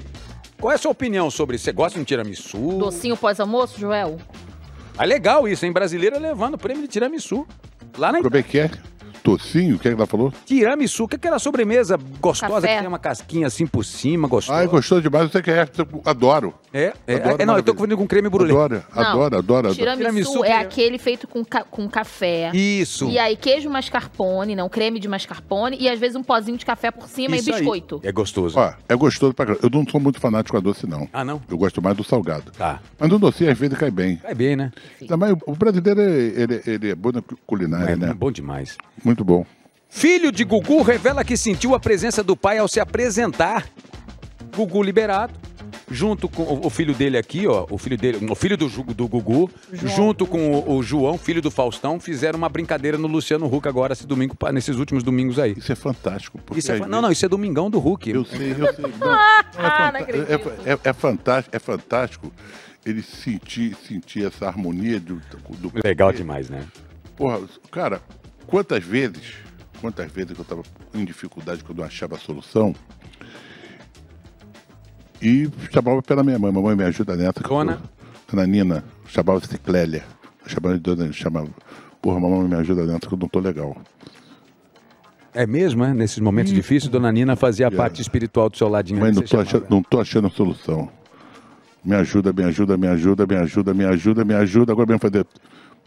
S1: qual é a sua opinião sobre isso? Você gosta de um tiramisu?
S2: Docinho pós-almoço, Joel?
S1: É legal isso, hein? Brasileira levando prêmio de tiramisu. Lá na
S3: Como é que é? Tocinho, o que é que ela falou?
S1: Tiramisu, que é aquela sobremesa gostosa
S2: Café.
S1: que tem uma casquinha assim por cima, gostosa.
S3: Ai, gostou demais, você quer, eu adoro.
S1: É, é,
S3: Adoro
S1: é, não, eu tô
S3: maravilha.
S1: confundindo com creme brulee.
S3: Adoro, adoro,
S1: tá.
S3: adoro, adoro.
S2: Tiramisu,
S1: Tiramisu
S2: é
S1: que-
S2: aquele feito com, ca- com café.
S1: Isso.
S2: E aí, queijo mascarpone, não, creme de mascarpone e às vezes um pozinho de café por cima
S1: Isso
S2: e
S1: aí.
S2: biscoito.
S1: É gostoso.
S3: Ó, é gostoso pra caramba. Eu não sou muito fanático a doce, não.
S1: Ah, não?
S3: Eu gosto mais do salgado.
S1: Tá.
S3: Mas no doce, às vezes, cai bem.
S1: Cai bem, né?
S3: Ainda mais o brasileiro, é- ele, ele é bom na culinária,
S1: É,
S3: né?
S1: bom demais.
S3: Muito bom.
S1: Filho de Gugu revela que sentiu a presença do pai ao se apresentar. Gugu liberado, junto com o- o filho dele aqui, ó, o filho dele, o filho do, Ju- do Gugu, junto com o, o João, filho do Faustão, fizeram uma brincadeira no Luciano Huck agora esse domingo, pa- nesses últimos domingos aí.
S3: Isso é fantástico. Porque
S1: Isso é
S3: às
S1: fa- não, não, isso é domingão do Huck.
S3: Eu sei, eu sei. Não, não, é,
S2: Ah,
S3: fanta-
S2: não acredito.
S3: é- é- é fantástico, é fantástico ele sentir, sentir essa harmonia do, do
S1: Legal demais, né?
S3: Porra, cara, quantas vezes, quantas vezes que eu tava em dificuldade quando eu não achava a solução e chamava pela minha mãe, mamãe me ajuda nessa. que eu-
S1: Dona?
S3: Dona Nina, chamava-se Clélia, chamava de dona, chamava, porra, mamãe me ajuda nessa que eu não tô legal.
S1: É mesmo, é? Nesses momentos difíceis, Dona Nina fazia a parte espiritual do seu ladinho.
S3: Hum. Mãe,
S1: que
S3: não
S1: você
S3: tô,
S1: chamava.
S3: achando, não tô achando a solução. Me ajuda, me ajuda, me ajuda, me ajuda, me ajuda, me ajuda. Agora mesmo fazer.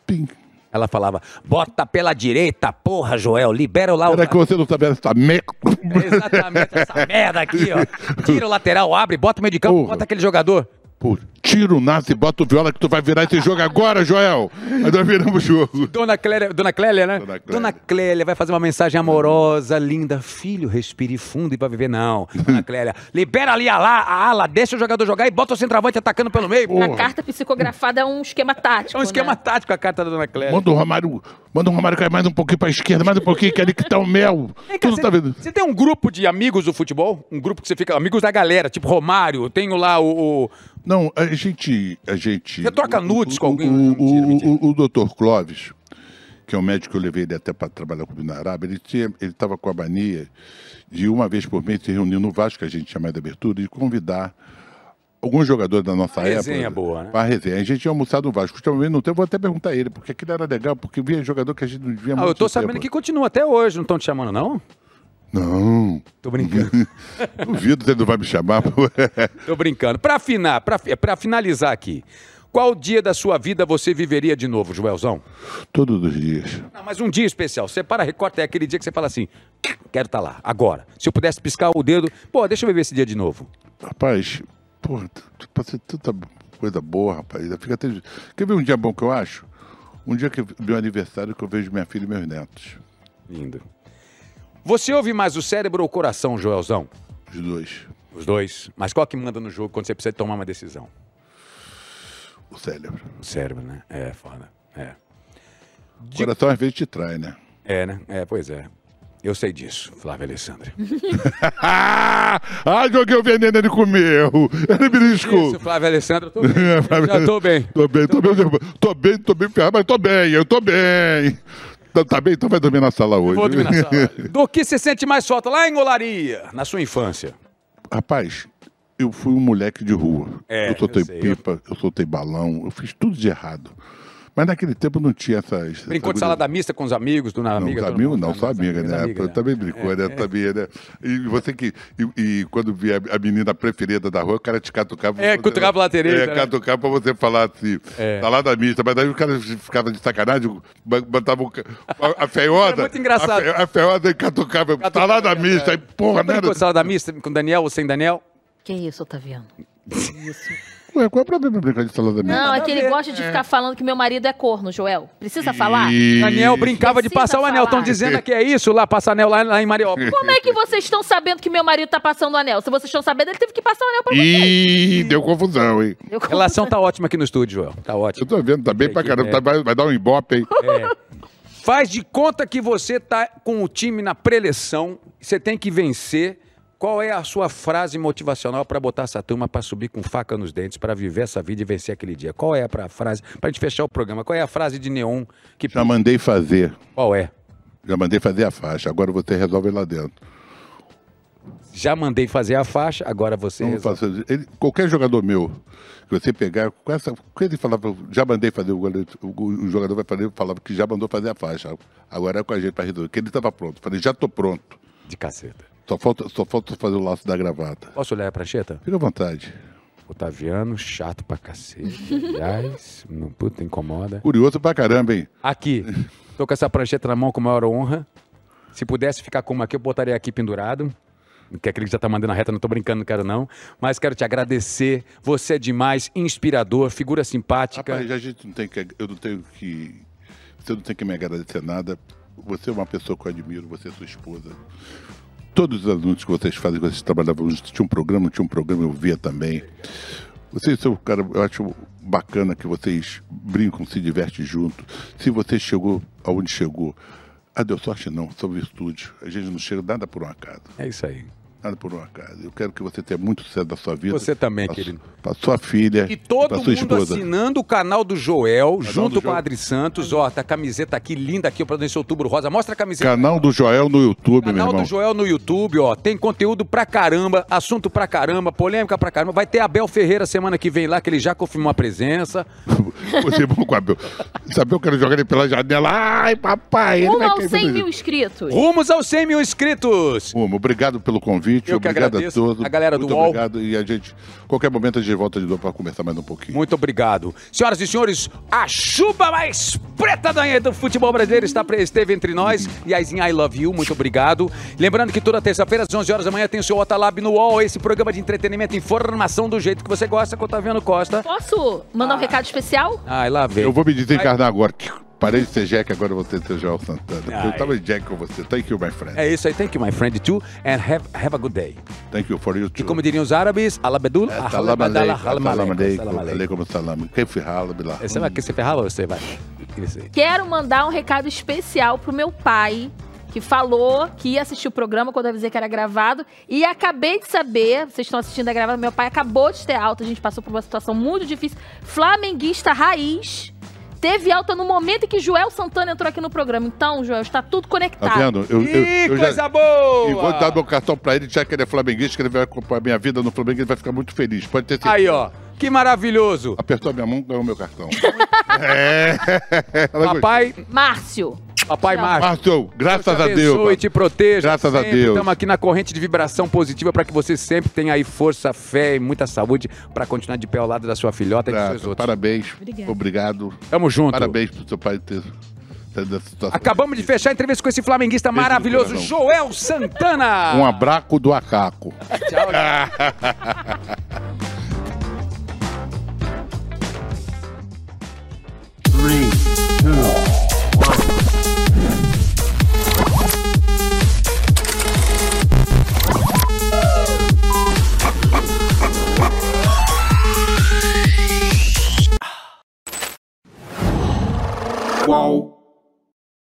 S3: Pim.
S1: Ela falava, bota pela direita, porra, Joel, libera lá o...
S3: Será que você não sabe essa merda?
S1: É Exatamente, essa merda aqui, ó. Tira o lateral, abre, bota o meio de campo,
S3: Porra.
S1: bota aquele jogador.
S3: Putz. tira o Nazi e bota o viola que tu vai virar esse jogo agora, Joel. Aí nós viramos o jogo.
S1: Dona Clélia, Dona Clélia, né?
S3: Dona Clélia.
S1: Dona Clélia vai fazer uma mensagem amorosa, linda. Filho, respire fundo e vai viver, não. Dona Clélia, libera ali a, lá, a ala, deixa o jogador jogar e bota o centroavante atacando pelo meio.
S2: A carta psicografada é um esquema tático.
S1: É um esquema
S2: né?
S1: tático a carta da Dona Clélia.
S3: Manda o Romário, manda o Romário cair mais um pouquinho pra esquerda, mais um pouquinho, que ali que tá o mel.
S1: Vem cá,
S3: Tudo
S1: cê-
S3: tá vendo.
S1: Você tem um grupo de amigos do futebol? Um grupo que você fica. Amigos da galera, tipo Romário, eu tenho lá o. o-
S3: Não, a gente. A gente
S1: Você troca
S3: o-
S1: nudes
S3: o-
S1: com alguém?
S3: O,
S1: Não,
S3: o,
S1: mentira, mentira.
S3: o- o doutor Clóvis, que é um médico que eu levei ele até para trabalhar comigo na Arábia, ele estava ele tava com a mania de uma vez por mês se reunir no Vasco, que a gente chama de abertura, e convidar alguns jogadores da nossa
S1: Uma
S3: época.
S1: resenha boa, né?
S3: Uma resenha. A gente ia almoçar no Vasco. Ultimamente não tem, eu vou até perguntar a ele, porque aquilo era legal, porque via jogador que a gente não via
S1: Ah,
S3: muito
S1: eu tô
S3: tempo. né?
S1: sabendo que continua até hoje, não estão te chamando, não?
S3: Não,
S1: Tô brincando.
S3: duvido que ele não vai me chamar. pô.
S1: Tô brincando. Pra afinar, pra, fi- pra finalizar aqui. Qual dia da sua vida você viveria de novo, Joelzão?
S3: Todos os dias.
S1: Não, mas um dia especial. Você para, recorta, é aquele dia que você fala assim: quero estar lá, agora. Se eu pudesse piscar o dedo, pô, deixa eu viver esse dia de novo.
S3: Rapaz, porra, t- t- passei tanta coisa boa, rapaz. Eu fico até... Quer ver um dia bom que eu acho? Um dia que eu- meu aniversário que eu vejo minha filha e meus netos.
S1: Lindo. Você ouve mais o cérebro ou o coração, Joelzão?
S3: Os dois.
S1: Os dois. Mas qual é que manda no jogo quando você precisa tomar uma decisão?
S3: O cérebro.
S1: O cérebro, né? É, foda. É.
S3: O coração às vezes te trai, né?
S1: É, né? É, pois é. Eu sei disso, Flávia Alessandra.
S3: Ah! Ah, joguei o veneno, ele comeu! Ele beliscou!
S1: Isso, Flávia Alessandra, eu tô bem. Eu já tô bem.
S3: Tô bem, tô bem, tô bem, tô bem, tô bem ferrado, mas tô bem, eu tô bem! Tá, tá bem? Então vai dormir na sala hoje.
S1: Vou dominar essa hora. Do que você sente mais falta lá em Olaria, na sua infância?
S3: Tá Rapaz, eu fui um moleque de rua.
S1: É,
S3: eu soltei
S1: eu sei.
S3: pipa, eu soltei balão, eu fiz tudo de errado. Mas naquele tempo não tinha essas.
S1: Brincou de
S3: essas-
S1: salada mista com os amigos, do na
S3: Não,
S1: amiga?
S3: os
S1: todo
S3: amigos
S1: mundo,
S3: não,
S1: né? É.
S3: sua amiga,
S1: Amigos,
S3: né?
S1: amiga,
S3: Eu também brincou, né? Também, né? E você que. E, e quando via a menina preferida da rua, o cara te catucava.
S1: É, cutucava lá a Tereza,
S3: É,
S1: né?
S3: catucava pra você falar assim,
S1: É.
S3: salada mista. Mas daí o cara ficava de sacanagem, ba- botava o ca- a, a feiosa.
S1: Era muito engraçado. é,
S3: A, fe, a feiosa e catucava, salada mista. Aí, porra, né?
S1: Brincou de salada mista com Daniel ou sem Daniel?
S2: Que isso, tá Otaviano? Que Isso.
S3: Ué, qual é o problema de brincar de salada mista?
S2: Não, é que
S1: a
S2: ele
S1: ver.
S2: gosta de ficar falando que meu marido é corno, Joel. Precisa falar?
S1: Daniel brincava de
S2: Precisa
S1: passar o anel.
S2: falar.
S1: Estão dizendo que é isso lá, passar anel lá, lá em Mariópolis.
S2: Como é que vocês estão sabendo que meu marido tá passando o anel? Se vocês estão sabendo, ele teve que passar o anel pra mim.
S3: Ih, deu confusão, hein?
S2: Eu-
S1: A relação tá ótima aqui no estúdio, Joel. Tá
S3: Eu
S1: ótimo.
S3: tô vendo, tá bem pra caramba. tá- vai, vai dar um embope, hein?
S1: Faz de conta que você tá com o time na preleção, você tem que vencer. Qual é a sua frase motivacional para botar essa turma para subir com faca nos dentes, para viver essa vida e vencer aquele dia? Qual é a pra frase, para gente fechar o programa, qual é a frase de neon que...
S3: Já mandei fazer.
S1: Qual é?
S3: Já mandei fazer a faixa. Agora você resolve lá dentro.
S1: Já mandei fazer a faixa, agora você...
S3: Não
S1: resolve.
S3: faça- ele- qualquer jogador meu que você pegar, com essa. Quando ele falava, já mandei fazer o goleiro, o, o jogador vai fazer, falava que já mandou fazer a faixa. Agora é com a gente pra resolver. Que ele tava pronto. Falei, já tô pronto.
S1: De caceta.
S3: Só falta, só falta fazer o laço da gravata.
S1: Posso olhar a prancheta?
S3: Fica à vontade.
S1: Otaviano, chato pra cacete, aliás, não puta, incomoda.
S3: Curioso pra caramba, hein?
S1: Aqui, tô com essa prancheta na mão com maior honra. Se pudesse ficar com uma aqui, eu botaria aqui pendurado. Que aquele que já tá mandando a reta, não tô brincando, não quero não. Mas quero te agradecer. Você é demais, inspirador, figura simpática.
S3: Rapaz, a gente não tem que. Eu não tenho que. Você não tem que me agradecer nada. Você é uma pessoa que eu admiro, você é sua esposa. Todos os anúncios que vocês fazem, que vocês trabalhavam juntos, tinha um programa, não tinha um programa, eu via também. Vocês são, um cara, eu acho bacana que vocês brincam, se divertem junto. Se você chegou aonde chegou, ah, deu sorte não, são virtudes. A gente não chega nada por um acaso.
S1: É isso aí.
S3: Nada por um acaso. Eu quero que você tenha muito sucesso da sua vida.
S1: Você também,
S3: pra su-
S1: querido.
S3: Pra sua filha.
S1: E todo
S3: pra
S1: mundo
S3: sua esposa.
S1: assinando o canal do Joel, junto
S3: do
S1: com a
S3: Joel.
S1: Adri Santos. Ó, tá a camiseta aqui, linda aqui, pra esse outubro rosa. Mostra a camiseta.
S3: Canal do Joel no YouTube, meu
S1: Canal
S3: irmão.
S1: do Joel no YouTube, ó. Tem conteúdo pra caramba, assunto pra caramba, polêmica pra caramba. Vai ter Abel Ferreira semana que vem lá, que ele já confirmou a presença.
S3: Você é bom com a Abel. Sabe, eu quero jogar ele pela janela. Ai, papai. Ele
S2: Rumo
S3: vai
S2: aos 100
S3: cair pela
S2: mil
S3: janela.
S2: inscritos.
S1: Rumos aos 100 mil inscritos.
S3: Rumo, obrigado pelo convite.
S1: Eu que
S3: obrigado a
S1: agradeço.
S3: todos.
S1: A galera do
S3: Muito
S1: UOL.
S3: obrigado. E a gente, qualquer momento, a gente volta de novo para conversar mais um pouquinho.
S1: Muito obrigado. Senhoras e senhores, a chuva mais preta da- do futebol brasileiro está, pre- esteve entre nós. E aí, I love you, muito obrigado. Lembrando que toda terça-feira, às 11 horas da manhã, tem o seu Otalab no UOL, esse programa de entretenimento e informação do jeito que você gosta, com o Otaviano Costa.
S2: Posso mandar
S1: Ah.
S2: um recado especial?
S1: Ai, lá vem.
S3: Eu vou me desencarnar agora. Parei de ser Jack, agora eu vou ter que ser Joel Santana.
S1: Ai.
S3: Eu tava de Jack com você. Thank you, my friend.
S1: É isso aí. Thank you, my friend, too. And have, have a good day.
S3: Thank you for you too.
S1: E como diriam os árabes, alabedul,
S3: É,
S1: ahlam
S3: Salam
S1: adala,
S3: aleikum,
S1: ahlam
S3: salam
S1: aleikum,
S3: aleikum,
S1: salam aleikum. é
S3: aleikum salam. Kef halabila.
S1: Você vai que você ferrava ou você vai? Isso aí.
S2: Quero mandar um recado especial pro meu pai, que falou que ia assistir o programa quando eu avisei que era gravado. E acabei de saber, vocês estão assistindo a gravado, meu pai acabou de ter alta, a gente passou por uma situação muito difícil. Flamenguista raiz. Teve alta no momento em que Joel Santana entrou aqui no programa. Então, Joel, está tudo conectado.
S3: Tá vendo? Eu, eu,
S1: Ih,
S3: eu já-
S1: coisa boa!
S3: E vou dar meu cartão pra ele, já que ele é flamenguista, que ele vai acompanhar minha vida no Flamengo, ele vai ficar muito feliz. Pode ter certeza.
S1: Aí, ó. Que maravilhoso.
S3: Apertou a minha mão, ganhou meu cartão. é. Ela gostou.
S1: Papai,
S2: Márcio.
S1: papai
S2: Tchau.
S1: Márcio.
S3: Marcelo, graças
S1: Deus te
S3: a Deus.
S1: abençoe, te proteja.
S3: Graças a
S1: sempre.
S3: Deus.
S1: Estamos aqui na corrente de vibração positiva para que você sempre tenha aí força, fé e muita saúde para continuar de pé ao lado da sua filhota e dos
S3: Graças.
S1: seus outros.
S3: Parabéns.
S2: Obrigada.
S3: Obrigado.
S1: Tamo junto.
S3: Parabéns pro seu pai ter saído dessa situação. Um
S1: Acabamos de fechar a entrevista com esse flamenguista
S3: Beijo no
S1: maravilhoso,
S3: coração.
S1: Joel Santana.
S3: Um abraço do Acaco.
S1: Tchau, gente.